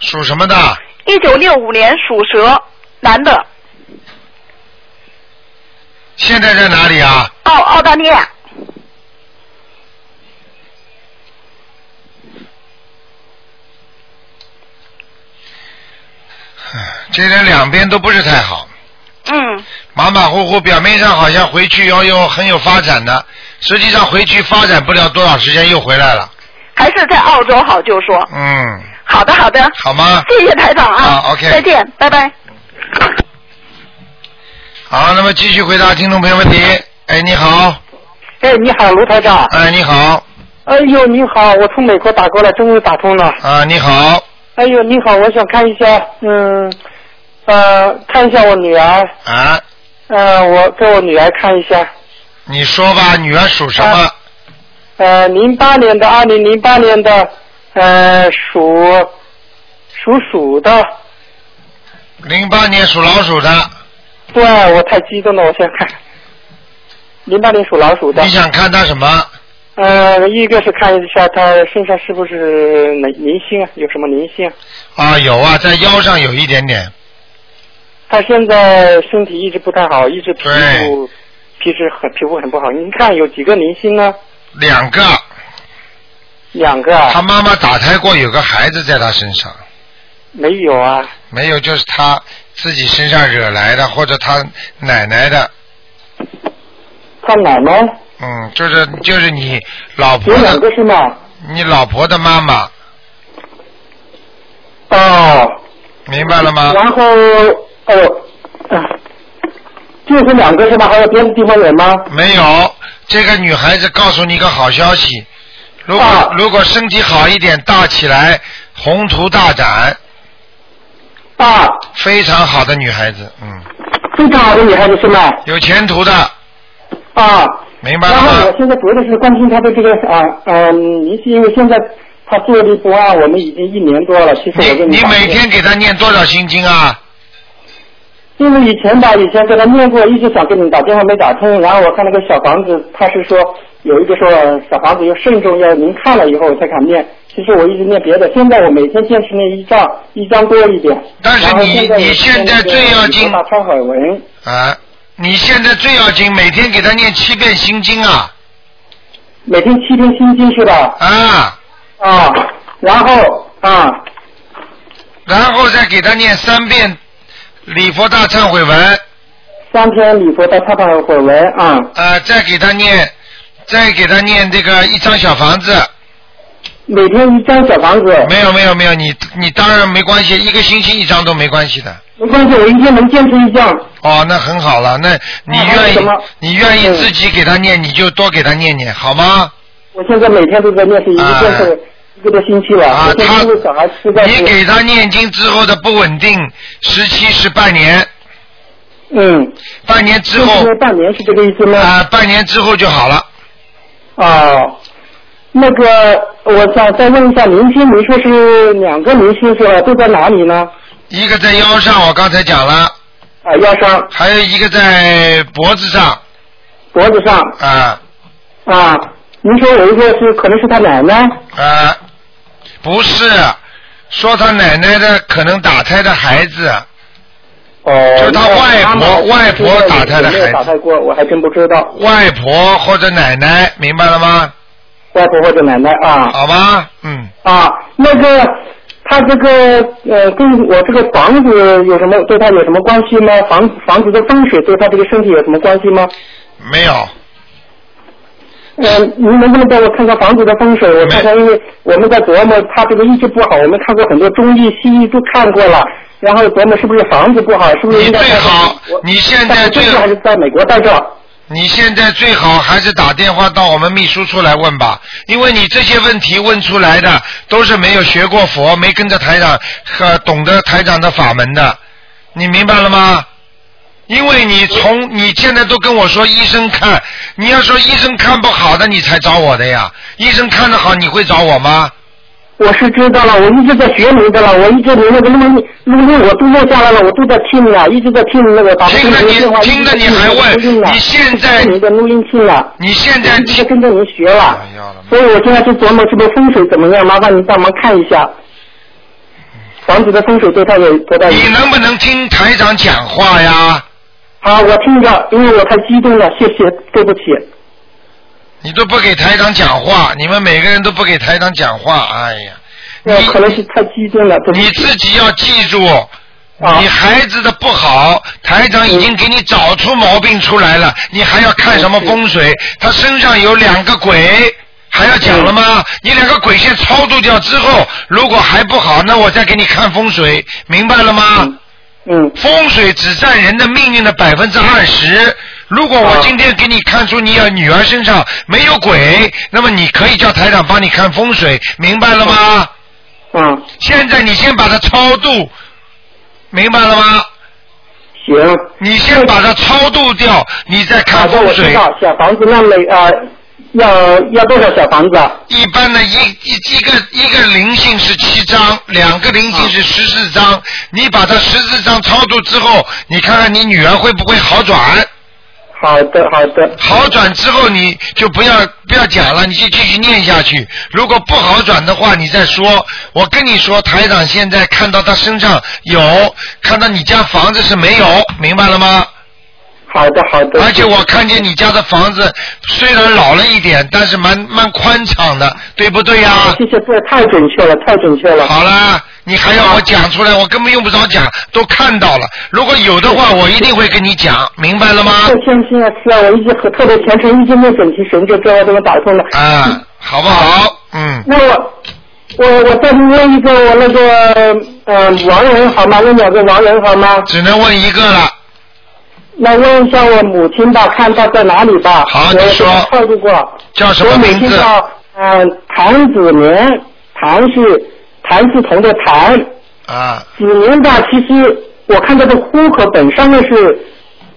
Speaker 1: 属什么的？
Speaker 5: 一九六五年属蛇，男的，
Speaker 1: 现在在哪里啊？
Speaker 5: 澳澳大利亚。
Speaker 1: 这人两边都不是太好，
Speaker 5: 嗯，
Speaker 1: 马马虎虎，表面上好像回去要有很有发展的，实际上回去发展不了多少时间又回来了。
Speaker 5: 还是在澳洲好，就说
Speaker 1: 嗯，
Speaker 5: 好的，好的，
Speaker 1: 好吗？
Speaker 5: 谢谢台长啊
Speaker 1: 好，OK
Speaker 5: 再见，拜拜。
Speaker 1: 好，那么继续回答听众朋友问题。哎，你好，
Speaker 8: 哎，你好，卢台 长。
Speaker 1: 哎，你好，
Speaker 8: 哎呦，你好，我从美国打过来，终于打通了。
Speaker 1: 啊，你好，
Speaker 8: 哎呦，你好，我想看一下，嗯，呃，看一下我女儿，
Speaker 1: 啊，
Speaker 8: 呃，我给我女儿看一下，
Speaker 1: 你说吧，女儿属什
Speaker 8: 啊
Speaker 1: 么？
Speaker 8: 呃，零八年的，二零零八年的，呃，属属鼠的，
Speaker 1: 零八年属老鼠的，
Speaker 8: 对，我太激动了，我先看，零八年属老鼠的
Speaker 1: 你，想看她什么？
Speaker 8: 呃，一个是看一下她身上是不是灵灵性，啊，有什么灵性啊？
Speaker 1: 啊，有啊，在腰上有一点点，
Speaker 8: 他现在身体一直不太好，一直皮
Speaker 1: 对
Speaker 8: 肤皮质很皮肤很不好。您看有几个明星呢？
Speaker 1: 两个。
Speaker 8: 啊两个啊？
Speaker 1: 她妈妈打胎过，有个孩子在她身上。
Speaker 8: 没有啊？
Speaker 1: 没有，就是他自己身上惹来的，或者他奶奶的，
Speaker 8: 他奶奶
Speaker 1: 嗯，就是就是你老
Speaker 8: 有
Speaker 1: 婆
Speaker 8: 两
Speaker 1: 的，
Speaker 8: 个是吗？
Speaker 1: 你老婆的妈妈，
Speaker 8: 哦，
Speaker 1: 明白了吗？
Speaker 8: 然后哦、啊就是两个是吧？还有别的地方人吗？
Speaker 1: 没有，这个女孩子告诉你一个好消息，如果、
Speaker 8: 啊
Speaker 1: 如果身体好一点，大起来，宏图大展，
Speaker 8: 啊，
Speaker 1: 非常好的女孩子，嗯，
Speaker 8: 非常好的女孩子是吗？
Speaker 1: 有前途的，
Speaker 8: 啊，
Speaker 1: 明白
Speaker 8: 然
Speaker 1: 了
Speaker 8: 后
Speaker 1: 吗
Speaker 8: 我？现在主要的是关心她的这个啊嗯，您是因为现在她坐立不安，我们已经一年多了。其实
Speaker 1: 你
Speaker 8: 我跟
Speaker 1: 你
Speaker 8: 打
Speaker 1: 每
Speaker 8: 过
Speaker 1: 天给她念多少心经啊？
Speaker 8: 因为以前吧，以前给他念过，一直想给你打电话没打通，然后我看那个小房子，他是说有一个说小房子要慎重，要您看了以后我才敢念。其实我一直念别的，现在我每天坚持念一张一张多一点。
Speaker 1: 但是
Speaker 8: 然后
Speaker 1: 你
Speaker 8: 现在
Speaker 1: 你现在最要紧
Speaker 8: 大超耳文，
Speaker 1: 啊，你现在最要紧，每天给她念七遍心经啊
Speaker 8: 每天七天心经是吧？
Speaker 1: 啊。
Speaker 8: 啊，然后啊
Speaker 1: 然后再给他念三遍礼佛大忏悔文，
Speaker 8: 三天礼佛的忏悔文啊，
Speaker 1: 呃，再给他念，再给他念这个一张小房子。
Speaker 8: 每天一张小房子，
Speaker 1: 没有没有没有，你你当然没关系，一个星期一张都没关系的。
Speaker 8: 没关系，我一天能坚持一张。
Speaker 1: 哦，那很好了，那你
Speaker 8: 啊那还有
Speaker 1: 愿意
Speaker 8: 什么
Speaker 1: 你愿意
Speaker 8: 嗯
Speaker 1: 自己给他念，你就多给他念念，好吗？
Speaker 8: 我现在每天都在念，是一
Speaker 1: 啊
Speaker 8: 个电视一个多星期了。
Speaker 1: 啊
Speaker 8: 我现在因为
Speaker 1: 他
Speaker 8: 小孩吃在
Speaker 1: 你给他念经之后的不稳定时期是半年，
Speaker 8: 嗯，
Speaker 1: 半年之
Speaker 8: 就是嗯
Speaker 1: 后啊
Speaker 8: 说半年是这个意思吗？
Speaker 1: 啊、半年之后就好了。
Speaker 8: 哦，那个，我想再问一下，明星，您说是两个明星是吧？都在哪里呢？
Speaker 1: 一个在腰上，我刚才讲了。
Speaker 8: 啊，腰上。
Speaker 1: 还有一个在脖子上。
Speaker 8: 脖子上。
Speaker 1: 啊。
Speaker 8: 啊，您说有一个是可能是他奶奶。
Speaker 1: 啊，不是，说他奶奶的可能打胎的孩子。
Speaker 8: 哦。
Speaker 1: 就是他外
Speaker 8: 那
Speaker 1: 婆，
Speaker 8: 我
Speaker 1: 外婆打胎的
Speaker 8: 有没有
Speaker 1: 孩
Speaker 8: 打
Speaker 1: 子。
Speaker 8: 胎过，我还真不知道。
Speaker 1: 外婆或者奶奶，明白了吗？
Speaker 8: 外婆或者奶奶啊。
Speaker 1: 好吧，嗯。
Speaker 8: 啊，那个他这个呃，跟我这个房子有什么对他有什么关系吗？房房子的风水对他这个身体有什么关系吗？
Speaker 1: 没有。
Speaker 8: 呃，您能不能帮我看看房子的风水？我看看，因为我们在琢磨他这个一直不好，我们看过很多中医、西医都看过了，然后琢磨是不是房子不好，是不是应该
Speaker 1: 你最好你现在最
Speaker 8: 好还是在美国在这儿。
Speaker 1: 你现在最好还是打电话到我们秘书处来问吧，因为你这些问题问出来的都是没有学过佛、没跟着台长和懂得台长的法门的，你明白了吗？因为你从你现在都跟我说医生看，你要说医生看不好的你才找我的呀，医生看得好你会找我吗？
Speaker 8: 我是知道了，我一直在学您的了，我一直您那个录音录音我都录下来了，我都在听了，一直在听那啊个打
Speaker 1: 听着
Speaker 8: 您的电
Speaker 1: 你
Speaker 8: 话，
Speaker 1: 听着你还问，你现在
Speaker 8: 您的录音听了，
Speaker 1: 你现在
Speaker 8: 一直跟着您学了，所以我现在就琢磨这个风水怎么样，麻烦您帮忙看一下，房子的风水对他有多大影
Speaker 1: 你
Speaker 8: 响？
Speaker 1: 能不能听台长讲话呀？
Speaker 8: 好，我听着，因为我太激动了，谢谢，对不起。
Speaker 1: 你都不给台长讲话，你们每个人都不给台长讲话，哎呀，
Speaker 8: 那可能是太激动了，对不
Speaker 1: 你
Speaker 8: 起。
Speaker 1: 自己要记住，你孩子的不好，台长已经给你找出毛病出来了，你还要看什么风水？他身上有两个鬼，还要讲了吗？你两个鬼先超度掉之后，如果还不好，那我再给你看风水，明白了吗？
Speaker 8: 嗯。
Speaker 1: 风水只占人的命运的百分之二十。如果
Speaker 8: 啊
Speaker 1: 我今天给你看出你女儿身上没有鬼，那么你可以叫台长帮你看风水，明白了吗？
Speaker 8: 嗯。
Speaker 1: 现在你先把它超度，明白了吗？
Speaker 8: 行。
Speaker 1: 你先把它超度掉，你再看风
Speaker 8: 啊我知
Speaker 1: 水。
Speaker 8: 道，小房子那每呃要要多少小房子啊？
Speaker 1: 一般的一一一个一个灵性是七张，两个灵
Speaker 8: 啊
Speaker 1: 性是十四张。你把它十四张超度之后，你看看你女儿会不会好转？
Speaker 8: 好的，好的。
Speaker 1: 好转之后你就不要不要讲了，你就继续念下去。如果不好转的话，你再说。我跟你说，台长现在看到他身上有，看到你家房子是没有，明白了吗？
Speaker 8: 好的，好的。
Speaker 1: 而且我看见你家的房子虽然老了一点，但是蛮蛮宽敞的，对不对呀、
Speaker 8: 谢谢，这太准确了，太准确了。
Speaker 1: 啊好啦，你还要我讲出来，我根本用不着讲，都看到了。如果有的话，我一定会跟你讲，明白了吗
Speaker 8: 我？相信啊，是啊，我一直很特别虔诚，一直念准提神咒，最后都能打通了。
Speaker 1: 啊，好不好？嗯，
Speaker 8: 那我我我再问一个我那个呃亡人好吗？问两个亡人好吗？
Speaker 1: 只能问一个了。
Speaker 8: 那问一下我母亲吧，看她在哪里吧。
Speaker 1: 好
Speaker 8: 我
Speaker 1: 你说
Speaker 8: 超度过。
Speaker 1: 叫什么
Speaker 8: 我母
Speaker 1: 名
Speaker 8: 亲
Speaker 1: 字
Speaker 8: 叫嗯、谭子明，谭是谭嗣同的谭，
Speaker 1: 啊，
Speaker 8: 子明吧，其实我看这个户口本上面是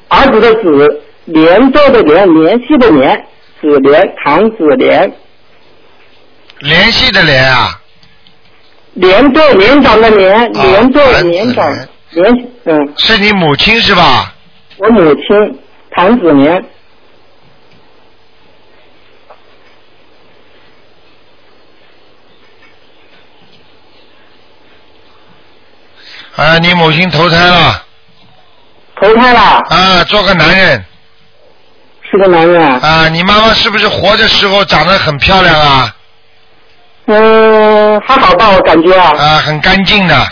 Speaker 8: 儿子的子，连坐的连，联系的联，子连，唐子连，
Speaker 1: 联系的联啊，
Speaker 8: 连坐连长的连，
Speaker 1: 啊
Speaker 8: 连坐
Speaker 1: 谭子
Speaker 8: 连长
Speaker 1: 莲，
Speaker 8: 连，嗯，
Speaker 1: 是你母亲是吧？
Speaker 8: 我母亲唐子莲，
Speaker 1: 啊，你母亲投胎了
Speaker 8: 投胎了，
Speaker 1: 啊，做个男人
Speaker 8: 是个男人啊，
Speaker 1: 啊。你妈妈是不是活的时候长得很漂亮啊？
Speaker 8: 嗯，还好吧，我感觉啊，
Speaker 1: 啊，很干净的。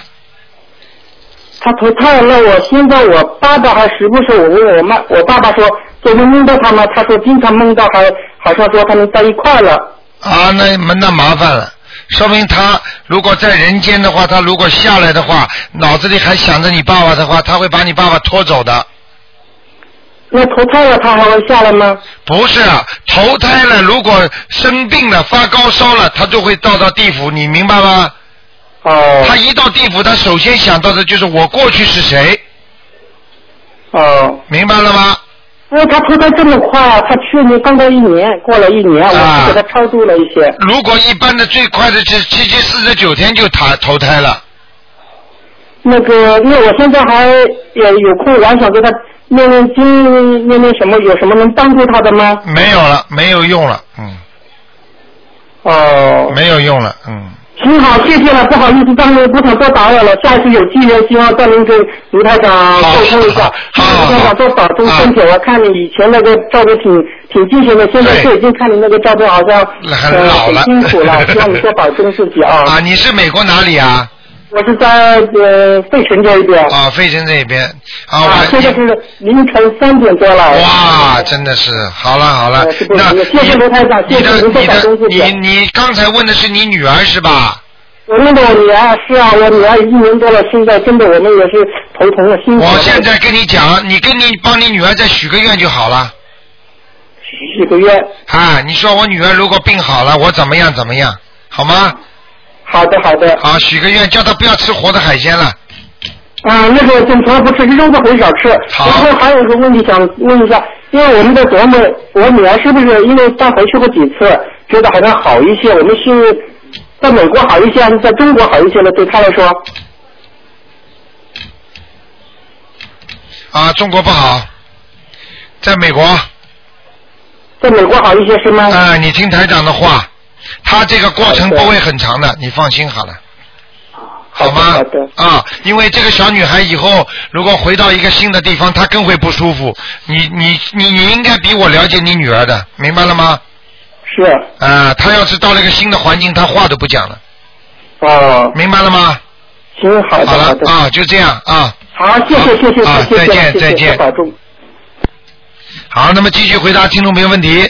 Speaker 8: 他投胎了，那我现在我爸爸还时不时我问我妈，我爸爸说昨天梦到他们，他说经常梦到还好像说他们在一块儿了。
Speaker 1: 啊，那那那麻烦了，说明他如果在人间的话，他如果下来的话，脑子里还想着你爸爸的话，他会把你爸爸拖走的。
Speaker 8: 那投胎了，他还会下来吗？
Speaker 1: 不是啊，投胎了，如果生病了、发高烧了，他就会到到地府，你明白吗？
Speaker 8: 哦
Speaker 1: 他一到地府，他首先想到的就是我过去是谁，
Speaker 8: 哦
Speaker 1: 明白了吗？
Speaker 8: 因为他投胎这么快，他去年刚刚一年，过了一年，我是给他超度了一些。
Speaker 1: 如果一般的最快的是七七四十九天就投投胎了，
Speaker 8: 那个，因为我现在还也有空，然后想给他念念经，念念什么，有什么能帮助他的吗？
Speaker 1: 没有了，没有用了，嗯。
Speaker 8: 哦。
Speaker 1: 没有用了，嗯。
Speaker 8: 挺好，谢谢了，不好意思，张部长多打扰了，下一次有机缘，希望再能跟卢台长沟通一下。卢台长多保重身体，我看你以前那个照片挺挺精神的，现在最近看你那个照片好像
Speaker 1: 很老了
Speaker 8: 呃、挺辛苦 了，希望你多保重自己啊。
Speaker 1: 啊，你是美国哪里啊？
Speaker 8: 我是在呃费城这一边。
Speaker 1: 啊，费城这边啊，
Speaker 8: 啊，现在是凌晨三点多了。
Speaker 1: 哇，真的是，好了好了
Speaker 8: 呃，是不
Speaker 1: 那
Speaker 8: 容易谢谢卢台长，谢
Speaker 1: 你
Speaker 8: 谢
Speaker 1: 的
Speaker 8: 您多
Speaker 1: 你
Speaker 8: 保
Speaker 1: 的
Speaker 8: 重自己。
Speaker 1: 你你刚才问的是你女儿是吧？
Speaker 8: 我那个我女儿是啊，我女儿一年多了，现在真的我们也是头疼了，心疼了。
Speaker 1: 我现在跟你讲，你跟你帮你女儿再许个愿就好了
Speaker 8: 几个月。
Speaker 1: 啊！你说我女儿如果病好了，我怎么样怎么样，好吗？
Speaker 8: 好的好的。
Speaker 1: 好，许个愿，叫她不要吃活的海鲜了。
Speaker 8: 啊，那个就从来不吃，肉都很少吃。
Speaker 1: 好
Speaker 8: 然后还有一个问题想问一下，因为我们在琢磨，我女儿是不是因为她回去过几次，觉得好像好一些？我们是在美国好一些，还是在中国好一些呢？对她来说，
Speaker 1: 啊，中国不好，在美国。
Speaker 8: 在美国好一些是吗？
Speaker 1: 啊、你听台长的话，他这个过程不会很长的，你放心好了。好吗？
Speaker 8: 好的
Speaker 1: 啊，因为这个小女孩以后如果回到一个新的地方，她更会不舒服。你你你你应该比我了解你女儿的，明白了吗？
Speaker 8: 是
Speaker 1: 啊，她要是到了一个新的环境，她话都不讲了，
Speaker 8: 哦，
Speaker 1: 明白了吗？
Speaker 8: 行，好的
Speaker 1: 好
Speaker 8: 好
Speaker 1: 了
Speaker 8: 的，
Speaker 1: 啊，就这样啊。
Speaker 8: 好，谢谢谢谢
Speaker 1: 啊
Speaker 8: 谢谢，
Speaker 1: 再见
Speaker 8: 谢谢
Speaker 1: 再见
Speaker 8: 多保重。
Speaker 1: 好，那么继续回答听众朋友问题。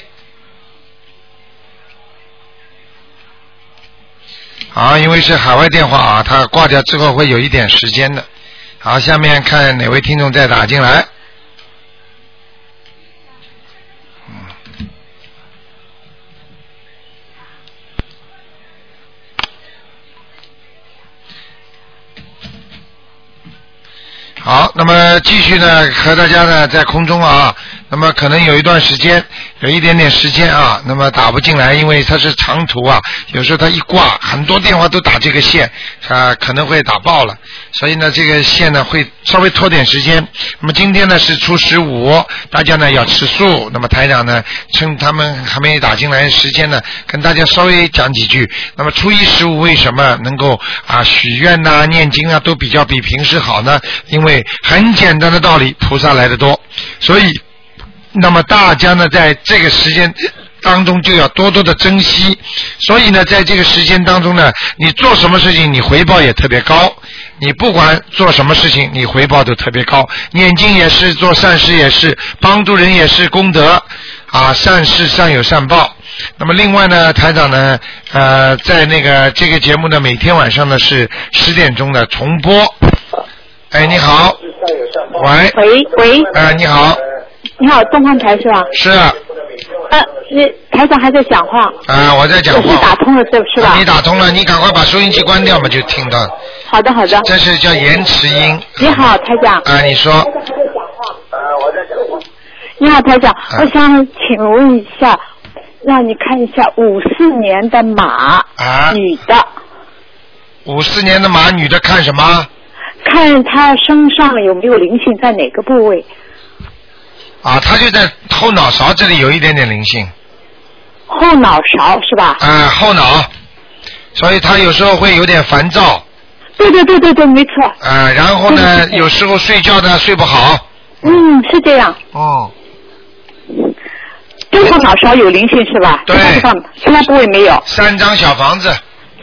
Speaker 1: 好，因为是海外电话啊，它挂掉之后会有一点时间的。好，下面看哪位听众再打进来。好，那么继续呢，和大家呢在空中啊，那么可能有一段时间，有一点点时间啊，那么打不进来，因为它是长途啊，有时候它一挂，很多电话都打这个线啊，可能会打爆了，所以呢，这个线呢会稍微拖点时间。那么今天呢是初十五，大家呢要吃素，那么台长呢趁他们还没打进来的时间呢，跟大家稍微讲几句。那么初一十五为什么能够啊许愿呐、念经啊都比较比平时好呢？因为很简单的道理，菩萨来的多，所以那么大家呢，在这个时间当中就要多多的珍惜。所以呢，在这个时间当中呢，你做什么事情，你回报也特别高。你不管做什么事情，你回报都特别高。念经也是，做善事也是，帮助人也是功德啊，善事善有善报。那么另外呢，台长呢，呃，在那个这个节目呢，每天晚上呢是十点钟的重播。哎，你好，喂，
Speaker 4: 喂喂，
Speaker 1: 呃，你好，
Speaker 4: 你好，东方台是吧？
Speaker 1: 是啊、
Speaker 4: 呃，那台长还在讲话，
Speaker 1: 呃我在讲
Speaker 4: 我
Speaker 1: 话
Speaker 4: 是。打通了，对不是吧？
Speaker 1: 啊你打通了，你赶快把收音机关掉嘛，就听到了。
Speaker 4: 好的好的。
Speaker 1: 这是叫延迟音
Speaker 4: 你好，台长。
Speaker 1: 啊！你说
Speaker 4: 你好，台长，
Speaker 1: 哎
Speaker 4: 我想请问一下，让你看一下五四年的马，
Speaker 1: 啊，
Speaker 4: 女的，
Speaker 1: 五四年的马女的看什么
Speaker 4: 看她身上有没有灵性，在哪个部位？
Speaker 1: 啊？她就在后脑勺这里有一点点灵性，
Speaker 4: 后脑勺是吧？
Speaker 1: 啊，后脑，所以她有时候会有点烦躁，
Speaker 4: 对对对对对，没错。
Speaker 1: 啊，然后呢，有时候睡觉呢睡不好，
Speaker 4: 嗯，是这样。
Speaker 1: 哦，
Speaker 4: 就后脑勺有灵性是吧？
Speaker 1: 对
Speaker 4: 其他地方其他部位没有。
Speaker 1: 三张小房子，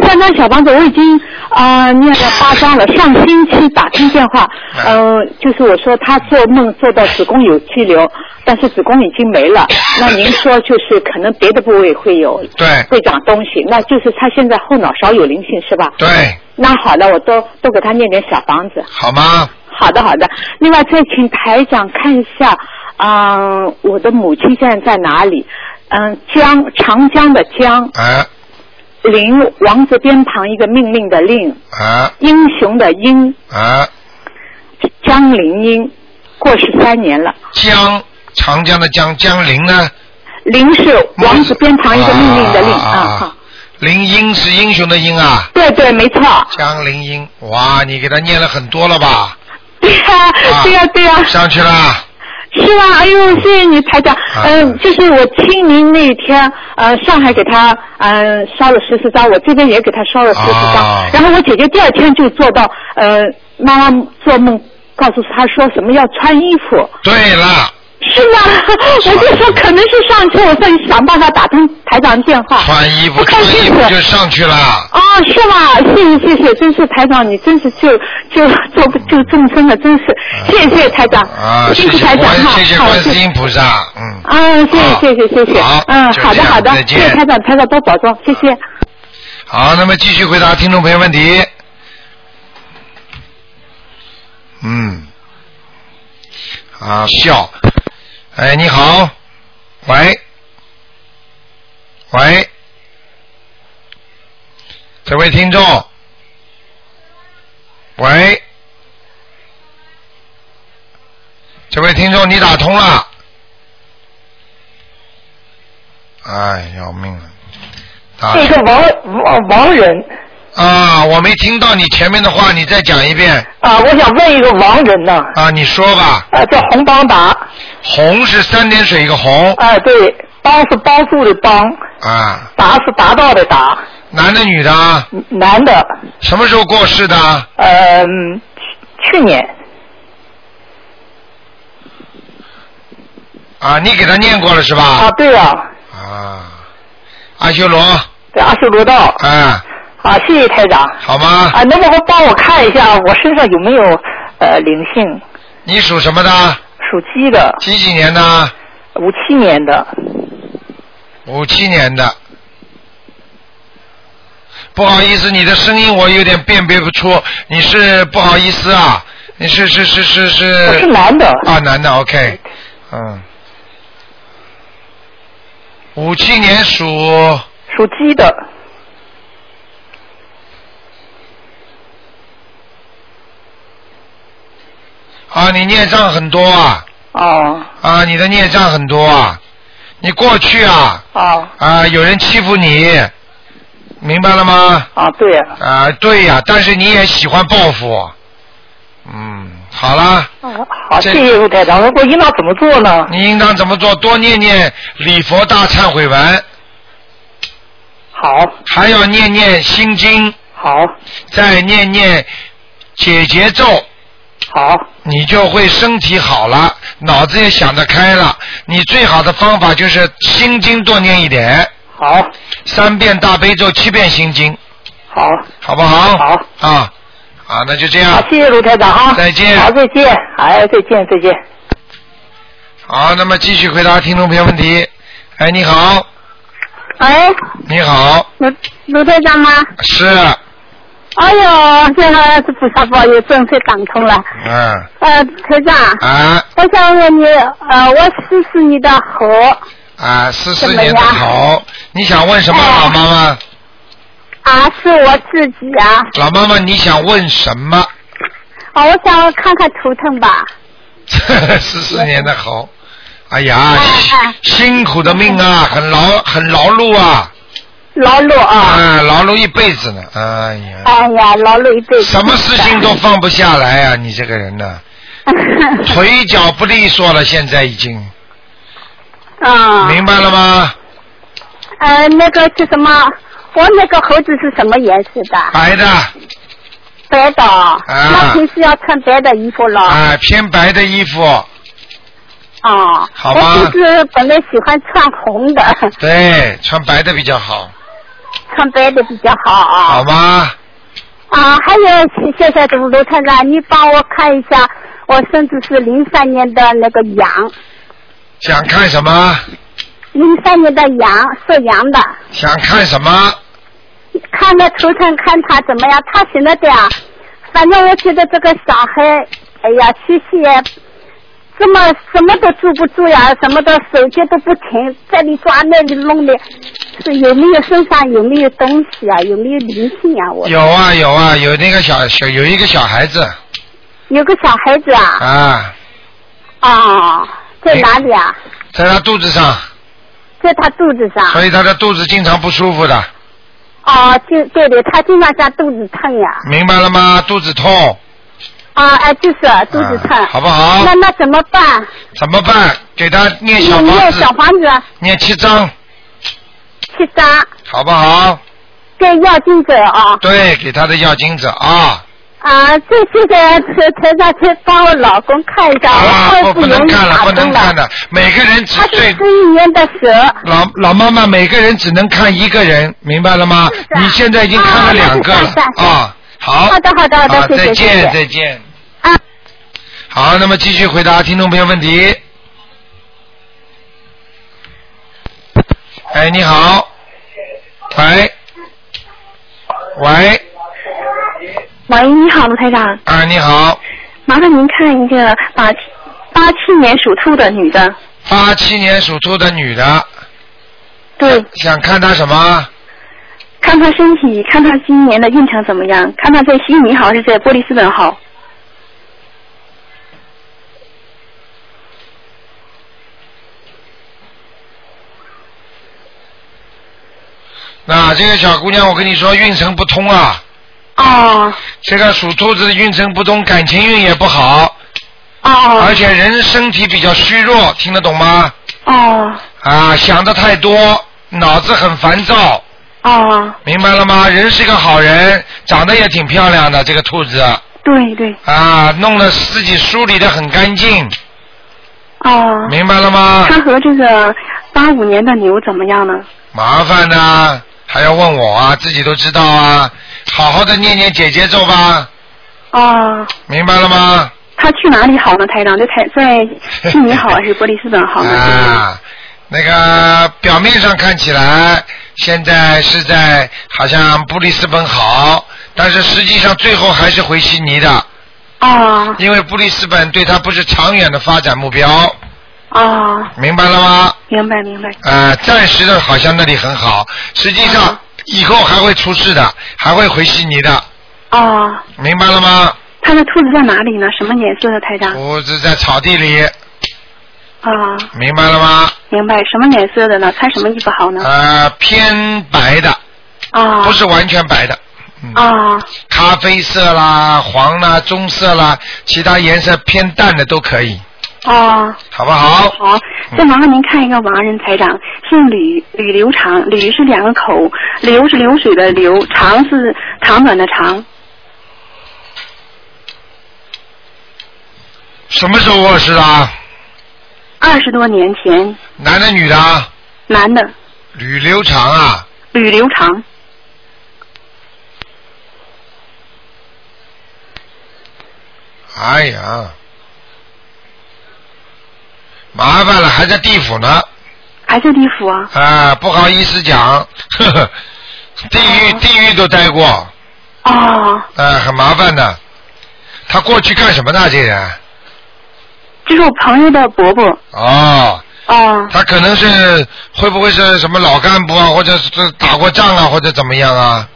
Speaker 4: 三张小房子我已经呃念了八张了。上星期打通电话，呃，就是我说他做梦做到子宫有肌瘤，但是子宫已经没了。那您说就是可能别的部位会有
Speaker 1: 对
Speaker 4: 会长东西，那就是他现在后脑勺有灵性是吧？
Speaker 1: 对，
Speaker 4: 那好了，我都都给他念点小房子。
Speaker 1: 好吗？
Speaker 4: 好的，好的。另外再请台长看一下，嗯、我的母亲现在在哪里？嗯、江长江的江，
Speaker 1: 啊
Speaker 4: 林王字边旁一个命令的令，
Speaker 1: 啊
Speaker 4: 英雄的英，
Speaker 1: 啊！
Speaker 4: 江林英，过十三年了。
Speaker 1: 江长江的江，江陵呢？
Speaker 4: 林是王字边旁一个命令的令
Speaker 1: 啊
Speaker 4: 啊，好，
Speaker 1: 林英是英雄的英啊。
Speaker 4: 对对，没错。
Speaker 1: 江林英，哇，你给他念了很多了吧？
Speaker 4: 对呀、对呀、对呀、
Speaker 1: 上去了。
Speaker 4: 是啊，哎呦，谢谢你台长。嗯、就是我清明那一天，呃，上海给他嗯、呃烧了十四张，我这边也给他烧了十四张。
Speaker 2: 啊
Speaker 4: 然后我姐姐第二天就做到，呃，妈妈做梦告诉她说什么要穿衣服。
Speaker 1: 对
Speaker 4: 啊
Speaker 1: 了。
Speaker 4: 是吗？我就说可能是上次我在想办法打通台长电话。
Speaker 1: 穿衣服，
Speaker 4: 不
Speaker 1: 穿
Speaker 4: 看
Speaker 1: 衣
Speaker 4: 镜
Speaker 1: 服
Speaker 4: 子
Speaker 1: 就上去了。
Speaker 4: 哦，是吗？谢谢谢谢，真是台长，你真是救救救救众生了，真是谢谢谢谢台长，
Speaker 1: 啊，
Speaker 4: 谢
Speaker 1: 谢
Speaker 4: 谢
Speaker 1: 谢
Speaker 4: 台长
Speaker 1: 观，
Speaker 4: 哈，
Speaker 1: 谢谢
Speaker 4: 好
Speaker 1: 观世音菩萨，嗯。
Speaker 4: 啊，谢谢谢谢谢谢，嗯，
Speaker 1: 就
Speaker 4: 好
Speaker 1: 这
Speaker 4: 的
Speaker 1: 样
Speaker 4: 好的
Speaker 1: 再，
Speaker 4: 谢
Speaker 1: 见
Speaker 4: 谢台长，台长多保重，谢谢。
Speaker 1: 好，那么继续回答听众朋友问题。嗯，啊，笑。哎，你好，喂，喂，这位听众，喂，这位听众，你打通了。哎，要命了！打
Speaker 8: 这个王王王人
Speaker 1: 啊，我没听到你前面的话，你再讲一遍。
Speaker 8: 啊，我想问一个王人呐、
Speaker 1: 啊，你说吧。
Speaker 8: 啊，叫洪邦达。
Speaker 1: 红是三点水一个红。
Speaker 8: 啊，对，帮是帮助的帮，
Speaker 1: 啊，
Speaker 8: 达是达到的达，
Speaker 1: 男的女的啊？
Speaker 8: 男的，
Speaker 1: 什么时候过世的啊？
Speaker 8: 呃，嗯去去年
Speaker 1: 啊，你给他念过了是吧？
Speaker 8: 啊，对啊，
Speaker 1: 啊，阿修罗，
Speaker 8: 在阿修罗道
Speaker 1: 啊
Speaker 8: 啊，谢谢台长
Speaker 1: 好吗？
Speaker 8: 啊，能不能帮我看一下我身上有没有呃灵性？
Speaker 1: 你属什么的？
Speaker 8: 属鸡的。
Speaker 1: 几几年的？
Speaker 8: 五七年的。
Speaker 1: 五七年的。不好意思，你的声音我有点辨别不出，你是不好意思啊？你是是是是是？
Speaker 8: 我是男的
Speaker 1: 啊，男的，OK，嗯，五七年属
Speaker 8: 属鸡的。
Speaker 1: 啊，你孽障很多啊。
Speaker 8: 哦。
Speaker 1: 啊，你的孽障很多啊，你过去啊
Speaker 8: 哦
Speaker 1: 啊，有人欺负你，明白了吗？
Speaker 8: 啊，对呀、
Speaker 1: 啊，对呀、但是你也喜欢报复。嗯，好啦。
Speaker 8: 好，
Speaker 1: 这
Speaker 8: 谢谢卢台长。我应当怎么做呢？
Speaker 1: 你应当怎么做？多念念礼佛大忏悔文。
Speaker 8: 好。
Speaker 1: 还要念念心经。
Speaker 8: 好。
Speaker 1: 再念念解结咒。
Speaker 8: 好。
Speaker 1: 你就会身体好了，脑子也想得开了。你最好的方法就是心经多念一点。
Speaker 8: 好。
Speaker 1: 三遍大悲咒，七遍心经。
Speaker 8: 好。
Speaker 1: 好不好？
Speaker 8: 好。
Speaker 1: 啊，啊，那就这样。
Speaker 8: 好，谢谢卢台长哈。
Speaker 1: 再见
Speaker 8: 好，再见。哎，再见，再见。
Speaker 1: 好，那么继续回答听众朋友问题。哎，你好，
Speaker 2: 哎，
Speaker 1: 你好，
Speaker 2: 卢卢队长吗？
Speaker 1: 是，
Speaker 2: 哎呦，这个是菩萨保佑，真是感动了。
Speaker 1: 嗯，
Speaker 2: 呃，台长，
Speaker 1: 啊
Speaker 2: 我想问你，呃，我试试你的猴，
Speaker 1: 啊，四
Speaker 2: 怎
Speaker 1: 四
Speaker 2: 么
Speaker 1: 年的
Speaker 2: 样哎
Speaker 1: 猴，你想问什么，老妈妈？
Speaker 2: 啊，是我自己啊，
Speaker 1: 老妈妈，你想问什么？
Speaker 2: 啊，我想看看图腾吧。
Speaker 4: 啊
Speaker 1: 四四年的猴，哎呀，辛辛苦的命啊，很劳很劳碌啊，
Speaker 2: 劳碌啊，
Speaker 1: 啊，劳碌一辈子呢，哎呀，
Speaker 2: 哎呀，劳碌一辈子。
Speaker 1: 什么事情都放不下来啊，你这个人 呢、腿脚不利索了，现在已经，
Speaker 2: 啊，
Speaker 1: 明白了吗？
Speaker 2: 呃，那个是什么？我那个猴子是什么颜色的？
Speaker 1: 白的。
Speaker 2: 啊白的。啊那平时要穿白的衣服了。
Speaker 1: 啊，偏白的衣服，
Speaker 2: 哦，
Speaker 1: 好吧
Speaker 2: 我就是本来喜欢穿红的，
Speaker 1: 对，穿白的比较好，
Speaker 2: 穿白的比较好啊。
Speaker 1: 好吗？
Speaker 2: 啊，还有谢谢卢卢探长，你帮我看一下，我孙子是零三年的那个羊，
Speaker 1: 想看什么？
Speaker 2: 零三年的羊，属羊的，
Speaker 1: 想看什么？
Speaker 2: 看那头疼，看他怎么样，他行了的呀。反正我觉得这个小孩，哎呀，学习也这么什么都住不住呀，什么都手机都不停，这里抓那里弄的，是有没有身上有没有东西啊？有没有灵性啊？我
Speaker 1: 有啊有啊，有那个小小有一个小孩子
Speaker 2: 有个小孩子啊，
Speaker 1: 啊，
Speaker 2: 啊，
Speaker 9: 在哪里啊？
Speaker 1: 在他肚子上，
Speaker 9: 在他肚子上。
Speaker 1: 所以他的肚子经常不舒服的，
Speaker 9: 哦，就对对，他经常像肚子疼呀。
Speaker 1: 明白了吗？肚子痛
Speaker 2: 哦
Speaker 9: 啊，哎，就是肚子
Speaker 2: 啊
Speaker 9: 疼。
Speaker 1: 好不好？
Speaker 9: 那那怎么办？
Speaker 1: 怎么办？给他
Speaker 2: 哎
Speaker 1: 念
Speaker 9: 你
Speaker 1: 小
Speaker 9: 念
Speaker 1: 房
Speaker 9: 小
Speaker 1: 子，
Speaker 9: 房子
Speaker 1: 念七章，
Speaker 9: 七张，
Speaker 1: 好不好？
Speaker 9: 跟要经者啊。
Speaker 1: 对，给他的要金子啊，
Speaker 9: 啊，这这个台台长，去帮我老公看一下，我
Speaker 1: 不
Speaker 9: 儿
Speaker 1: 不
Speaker 9: 子有
Speaker 1: 能
Speaker 9: 没有
Speaker 1: 看了，
Speaker 9: 打
Speaker 1: 不能
Speaker 9: 通
Speaker 1: 看
Speaker 9: 了？
Speaker 1: 了，每个人只对
Speaker 9: 这一年的蛇，
Speaker 1: 老老妈妈，每个人只能看一个人，明白了吗？你现在已经看了两个了
Speaker 9: 啊是
Speaker 1: 啊。好，
Speaker 9: 好的好的好的
Speaker 1: 啊
Speaker 9: 谢谢谢嗯
Speaker 1: 再见
Speaker 9: 谢
Speaker 1: 再见。好，那么继续回答听众朋友问题。哎，你好，喂，喂，
Speaker 2: 喂，你好，卢台长，
Speaker 1: 啊，你好，
Speaker 2: 麻烦您看一个八七八七年属兔的女的，
Speaker 1: 八七年属兔的女的，
Speaker 2: 对，
Speaker 1: 想看她什么？
Speaker 2: 看她身体，看她今年的运程怎么样，看她在悉尼好还是在波利斯本好？
Speaker 1: 那啊这个小姑娘，我跟你说，运程不通啊。
Speaker 2: 哦。
Speaker 1: 这个属兔子的运程不通，感情运也不好。
Speaker 2: 哦。
Speaker 1: 而且人身体比较虚弱，听得懂吗？
Speaker 2: 哦
Speaker 1: 啊，想的太多，脑子很烦躁，
Speaker 2: 哦，
Speaker 1: 明白了吗？人是个好人，长得也挺漂亮的，这个兔子
Speaker 2: 对对，
Speaker 1: 啊，弄得自己梳理的很干净，
Speaker 2: 哦，
Speaker 1: 明白了吗？
Speaker 2: 她和这个八五年的牛怎么样呢？
Speaker 1: 麻烦呐、还要问我啊，自己都知道啊，好好的念念姐姐咒吧，
Speaker 2: 哦，
Speaker 1: 明白了吗？
Speaker 2: 她去哪里好呢？台长，在台 在悉尼好还是波利斯本好呢？
Speaker 1: 啊，那个表面上看起来现在是在好像布里斯本好，但是实际上最后还是回悉尼的。
Speaker 2: 啊。
Speaker 1: 因为布里斯本对他不是长远的发展目标，
Speaker 2: 哦，
Speaker 1: 明白了吗？
Speaker 2: 明白明白，
Speaker 1: 呃，暂时的好像那里很好，实际
Speaker 2: 嗯
Speaker 1: 上以后还会出事的，还会回悉尼的，
Speaker 2: 哦，
Speaker 1: 明白了吗？
Speaker 2: 她的兔子在哪里呢？什么颜色的台长？
Speaker 1: 我是在草地里，
Speaker 2: 啊、
Speaker 1: 明白了吗？
Speaker 2: 明白，什么颜色的呢？穿什么衣服好呢？
Speaker 1: 呃，偏白的，
Speaker 2: 啊
Speaker 1: 不是完全白的。
Speaker 2: 啊
Speaker 1: 咖啡色啦、黄啦、棕色啦，其他颜色偏淡的都可以，
Speaker 2: 啊！
Speaker 1: 好不好？
Speaker 2: 好，再麻烦您看一个亡人台长，姓吕，吕刘长，吕是两个口，流是流水的流，长是长短的长。
Speaker 1: 什么时候过世的啊？
Speaker 2: 二十多年前，
Speaker 1: 男的女的啊？
Speaker 2: 男的，
Speaker 1: 吕留长啊，
Speaker 2: 吕刘长，
Speaker 1: 哎呀，麻烦了，还在地府呢，
Speaker 2: 还在地府啊？
Speaker 1: 啊，不好意思讲， 呵呵，地狱地狱都待过，啊、
Speaker 2: 哦，
Speaker 1: 很麻烦的。他过去干什么呢？这人？
Speaker 2: 这是我朋友的伯伯。
Speaker 1: 哦，
Speaker 2: 哦
Speaker 1: 他可能是会不会是什么老干部啊，或者是打过仗啊，或者怎么样啊？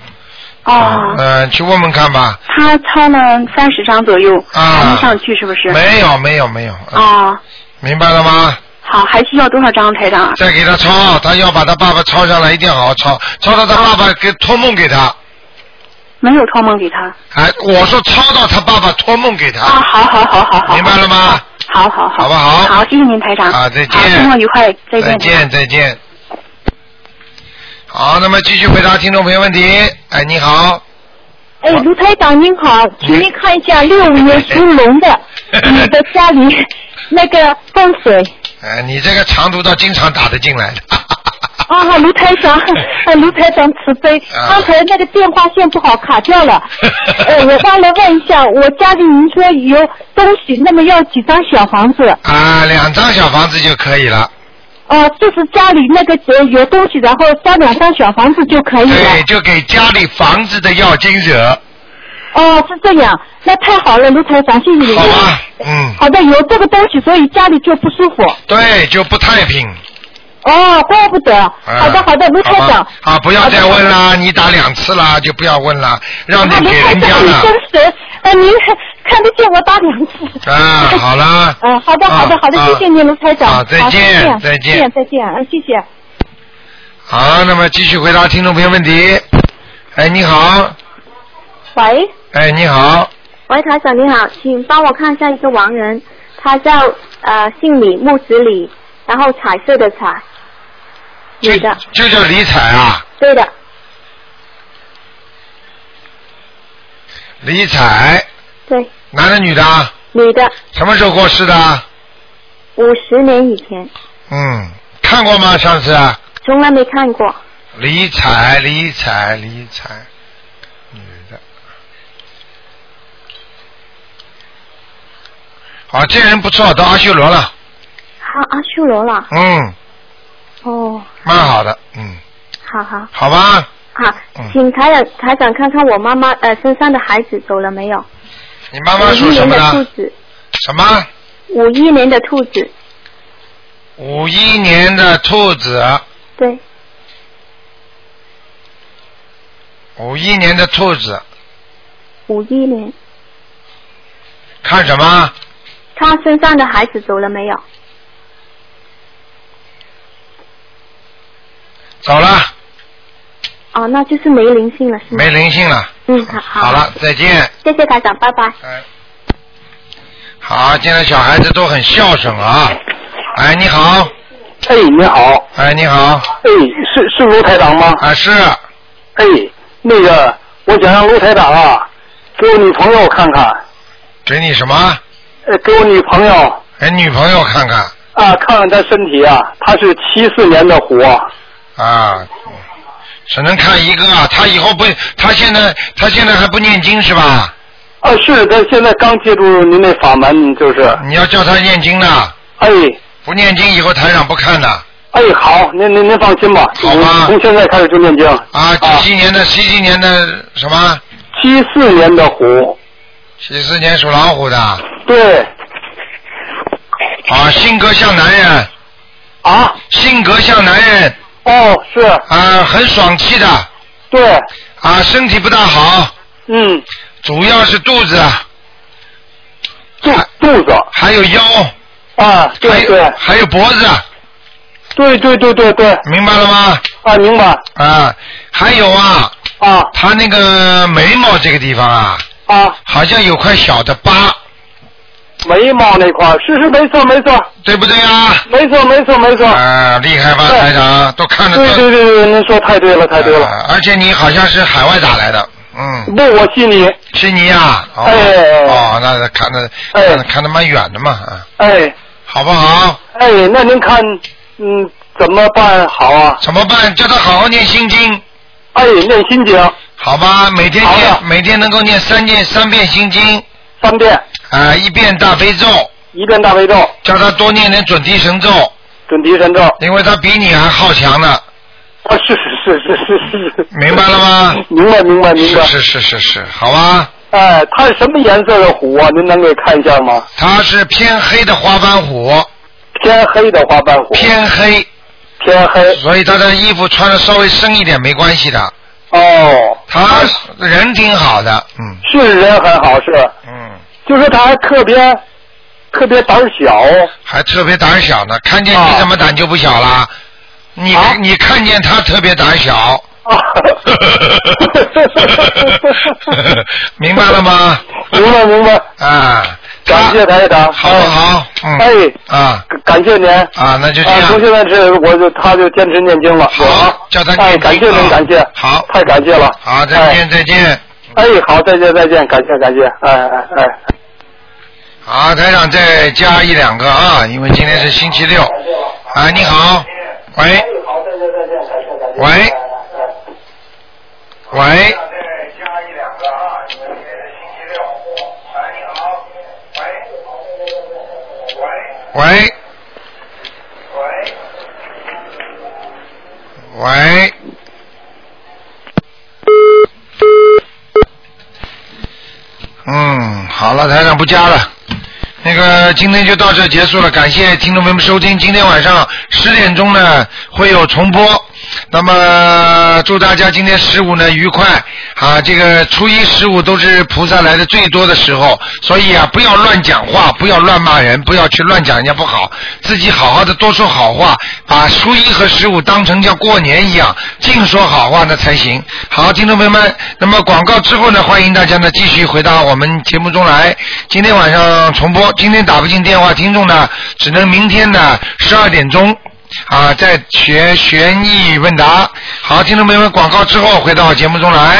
Speaker 2: 哦，
Speaker 1: 嗯，去问问看吧。
Speaker 2: 他抄了三十张左右，还没
Speaker 1: 啊，
Speaker 2: 上去是不是？
Speaker 1: 没有没有没有，
Speaker 2: 啊，
Speaker 1: 明白了吗？
Speaker 2: 好，还需要多少张台长啊？
Speaker 1: 再给他抄，他要把他爸爸抄上来，一定要好好抄，抄到他爸爸给托梦给他。
Speaker 2: 没有托梦给他。
Speaker 1: 哎，我说抄到他爸爸托梦给他。
Speaker 2: 啊，好好好好好。
Speaker 1: 明白了吗？
Speaker 2: 好好好。
Speaker 1: 好不好
Speaker 2: 哦好，谢谢您台长。
Speaker 1: 啊再见
Speaker 2: 好，周末愉快，再见。
Speaker 1: 再见再见。好，那么继续回答听众朋友问题。哎，你好，
Speaker 4: 哎，卢台长您好，请您看一下六五年属龙的你的家里那个风水。
Speaker 1: 哎，你这个长途到经常打得进来的。
Speaker 4: 啊，卢台 长，啊，卢台长慈悲，刚才那个电话线不好卡掉 了。呃，我忘了问一下，我家里您说有东西，那么要几张小房子？
Speaker 1: 啊，两张小房子就可以了。
Speaker 4: 哦、就是家里那个呃有东西，然后加两张小房子就可以了。
Speaker 1: 对，就给家里房子的要经者。
Speaker 4: 哦，是这样，那太好了，卢台长，谢谢你。好啊
Speaker 1: 嗯，
Speaker 4: 好的，有这个东西，所以家里就不舒服。
Speaker 1: 对，就不太平。
Speaker 4: 哦，怪不得。
Speaker 1: 啊
Speaker 4: 好的，好的，卢台长
Speaker 1: 吧。啊，不要再问啦，你打两次啦，就不要问啦，让你
Speaker 4: 啊，卢
Speaker 1: 给
Speaker 4: 台
Speaker 1: 人
Speaker 4: 长，
Speaker 1: 家
Speaker 4: 你
Speaker 1: 了。
Speaker 4: 真是，啊，您看得见我打两次。
Speaker 1: 啊，好了，
Speaker 4: 嗯，好的，好的，好的，
Speaker 1: 啊
Speaker 4: 谢谢你，卢台长。
Speaker 1: 啊再
Speaker 4: 好
Speaker 1: 见再
Speaker 4: 再
Speaker 1: 见
Speaker 4: 见，再见，嗯，谢谢。
Speaker 1: 好，那么继续回答听众朋友问题。哎，你好，
Speaker 6: 喂，
Speaker 1: 哎，你好，
Speaker 6: 喂，台长你好，请帮我看一下一个亡人，他叫呃姓李木子李，然后彩色的彩，
Speaker 1: 女的，这叫李彩啊，
Speaker 6: 对的，
Speaker 1: 李彩，
Speaker 6: 对，
Speaker 1: 男的女的啊？
Speaker 6: 女的，
Speaker 1: 什么时候过世的啊？
Speaker 6: 五十年以前，
Speaker 1: 嗯，看过吗？上次啊
Speaker 6: 从来没看过，
Speaker 1: 李彩，李彩，李彩，女的。好，哦这人不错，到阿修罗了，
Speaker 6: 好阿修罗了，
Speaker 1: 嗯，
Speaker 6: 哦，
Speaker 1: 蛮好的，嗯，
Speaker 6: 好好
Speaker 1: 好吧，
Speaker 6: 好
Speaker 1: 嗯，
Speaker 6: 请台长台长看看我妈妈呃身上的孩子走了没有？
Speaker 1: 你妈妈
Speaker 6: 五
Speaker 1: 属
Speaker 6: 一
Speaker 1: 什
Speaker 6: 年
Speaker 1: 么
Speaker 6: 的兔
Speaker 1: 的？
Speaker 6: 子，
Speaker 1: 什么？
Speaker 6: 五一年的兔子，
Speaker 1: 五一年的兔子，
Speaker 6: 对，
Speaker 1: 五一年的兔子，
Speaker 6: 五一年，
Speaker 1: 看什么？
Speaker 6: 他身上的孩子走了没有？
Speaker 1: 走了，
Speaker 6: 哦，那就是没灵性了，是吗？
Speaker 1: 没灵性了。
Speaker 6: 嗯，好，好
Speaker 1: 好了，再见。哎
Speaker 6: 谢谢台长，拜拜。
Speaker 1: 好，现在小孩子都很孝顺啊。哎，你好，
Speaker 8: 哎，你好，
Speaker 1: 哎，你好，
Speaker 8: 哎，是是卢台长吗？
Speaker 1: 啊，是。
Speaker 8: 哎，那个，我想让卢台长啊，给我女朋友看看，
Speaker 1: 给你什么？
Speaker 8: 呃，给我女朋友
Speaker 1: 给女朋友看看
Speaker 8: 啊，看看她身体啊，她是七四年的虎，
Speaker 1: 啊，只能看一个啊。他以后不，他现在他现在还不念经是吧？
Speaker 8: 啊，是她现在刚接触您那法门，就是。
Speaker 1: 你要叫他念经的。
Speaker 8: 哎。
Speaker 1: 不念经以后台长不看的。
Speaker 8: 哎，好，您您您放心吧，好吧，从现在开始就念经。
Speaker 1: 啊，几几年的？几几年的什么？
Speaker 8: 七四年的虎，
Speaker 1: 几四年属老虎的。
Speaker 8: 对。
Speaker 1: 啊，性格像男人。
Speaker 8: 啊。
Speaker 1: 性格像男人。
Speaker 8: 哦，是。
Speaker 1: 啊，很爽气的。
Speaker 8: 对。
Speaker 1: 啊，身体不大好。
Speaker 8: 嗯。
Speaker 1: 主要是肚子。
Speaker 8: 肚肚子。
Speaker 1: 还有腰。
Speaker 8: 啊，
Speaker 1: 对对。啊还有脖子。
Speaker 8: 对对对对对。
Speaker 1: 明白了吗？
Speaker 8: 啊，明白。
Speaker 1: 啊，还有啊。
Speaker 8: 啊。
Speaker 1: 他那个眉毛这个地方啊。
Speaker 8: 啊。
Speaker 1: 好像有块小的疤。
Speaker 8: 眉毛那块儿，是是没错没错，
Speaker 1: 对不对啊？
Speaker 8: 没错没错没错。
Speaker 1: 啊，厉害吧，台长，都看得到。
Speaker 8: 对对对对，您说太对了太对了。
Speaker 1: 啊而且你好像是海外打来的，嗯。
Speaker 8: 不，我悉尼。
Speaker 1: 悉尼啊？哦
Speaker 8: 哎哎哎
Speaker 1: 哦，那那看得看得看得蛮远的嘛啊。
Speaker 8: 哎，
Speaker 1: 好不好？
Speaker 8: 哎，那您看，嗯，怎么办好啊？
Speaker 1: 怎么办？叫他好好念心经。
Speaker 8: 哎，念心经。
Speaker 1: 好吧，每天念，每天能够念三遍三遍心经。
Speaker 8: 三遍。
Speaker 1: 啊，一遍大悲咒。
Speaker 8: 一遍大悲咒。
Speaker 1: 叫他多念点准提神咒。
Speaker 8: 准提神咒。
Speaker 1: 因为他比你还好强呢。
Speaker 8: 啊，是是是是是是。
Speaker 1: 明白了吗？
Speaker 8: 明白明白明白。
Speaker 1: 是是是是是，好吧。
Speaker 8: 哎，它是什么颜色的虎啊？您能给看一下吗？
Speaker 1: 它是偏黑的花斑虎。
Speaker 8: 偏黑的花斑虎。
Speaker 1: 偏黑。
Speaker 8: 偏黑。
Speaker 1: 所以他的衣服穿的稍微深一点没关系的。
Speaker 8: 哦。
Speaker 1: 他人挺好的，嗯。
Speaker 8: 是人很好是。
Speaker 1: 嗯。
Speaker 8: 就说他还特别特别胆小。
Speaker 1: 还特别胆小呢，看见
Speaker 8: 啊
Speaker 1: 你怎么胆就不小啦？你、你看见他特别胆小。
Speaker 8: 啊
Speaker 1: 明白了吗？
Speaker 8: 明白明白。
Speaker 1: 啊，
Speaker 8: 感谢台长。好不
Speaker 1: 好？
Speaker 8: 哎。
Speaker 1: 啊。
Speaker 8: 感谢您。
Speaker 1: 啊，那就这
Speaker 8: 啊，
Speaker 1: 样
Speaker 8: 从现在是我就他就坚持念经了。好，
Speaker 1: 叫他
Speaker 8: 哎，感谢您，感谢。
Speaker 1: 好。
Speaker 8: 太感谢了。
Speaker 1: 好，再见再见。
Speaker 8: 哎，好，再见再见，感谢感谢，哎哎哎。
Speaker 1: 好，台长再加一两个啊，因为今天是星期六。啊，你好，喂，喂，喂，喂，喂，嗯，好了，台长不加了。那个今天就到这结束了，感谢听众朋友们收听。今天晚上十点钟呢会有重播，那么祝大家今天十五呢愉快啊！这个初一十五都是菩萨来的最多的时候，所以啊，不要乱讲话，不要乱骂人，不要去乱讲人家不好，自己好好的多说好话，把初一和十五当成像过年一样，净说好话那才行。好，听众朋友们，那么广告之后呢，欢迎大家呢继续回到我们节目中来。今天晚上重播，今天打不进电话，听众呢只能明天呢十二点钟啊，在学悬疑问答。好，听众朋友们，广告之后回到节目中来。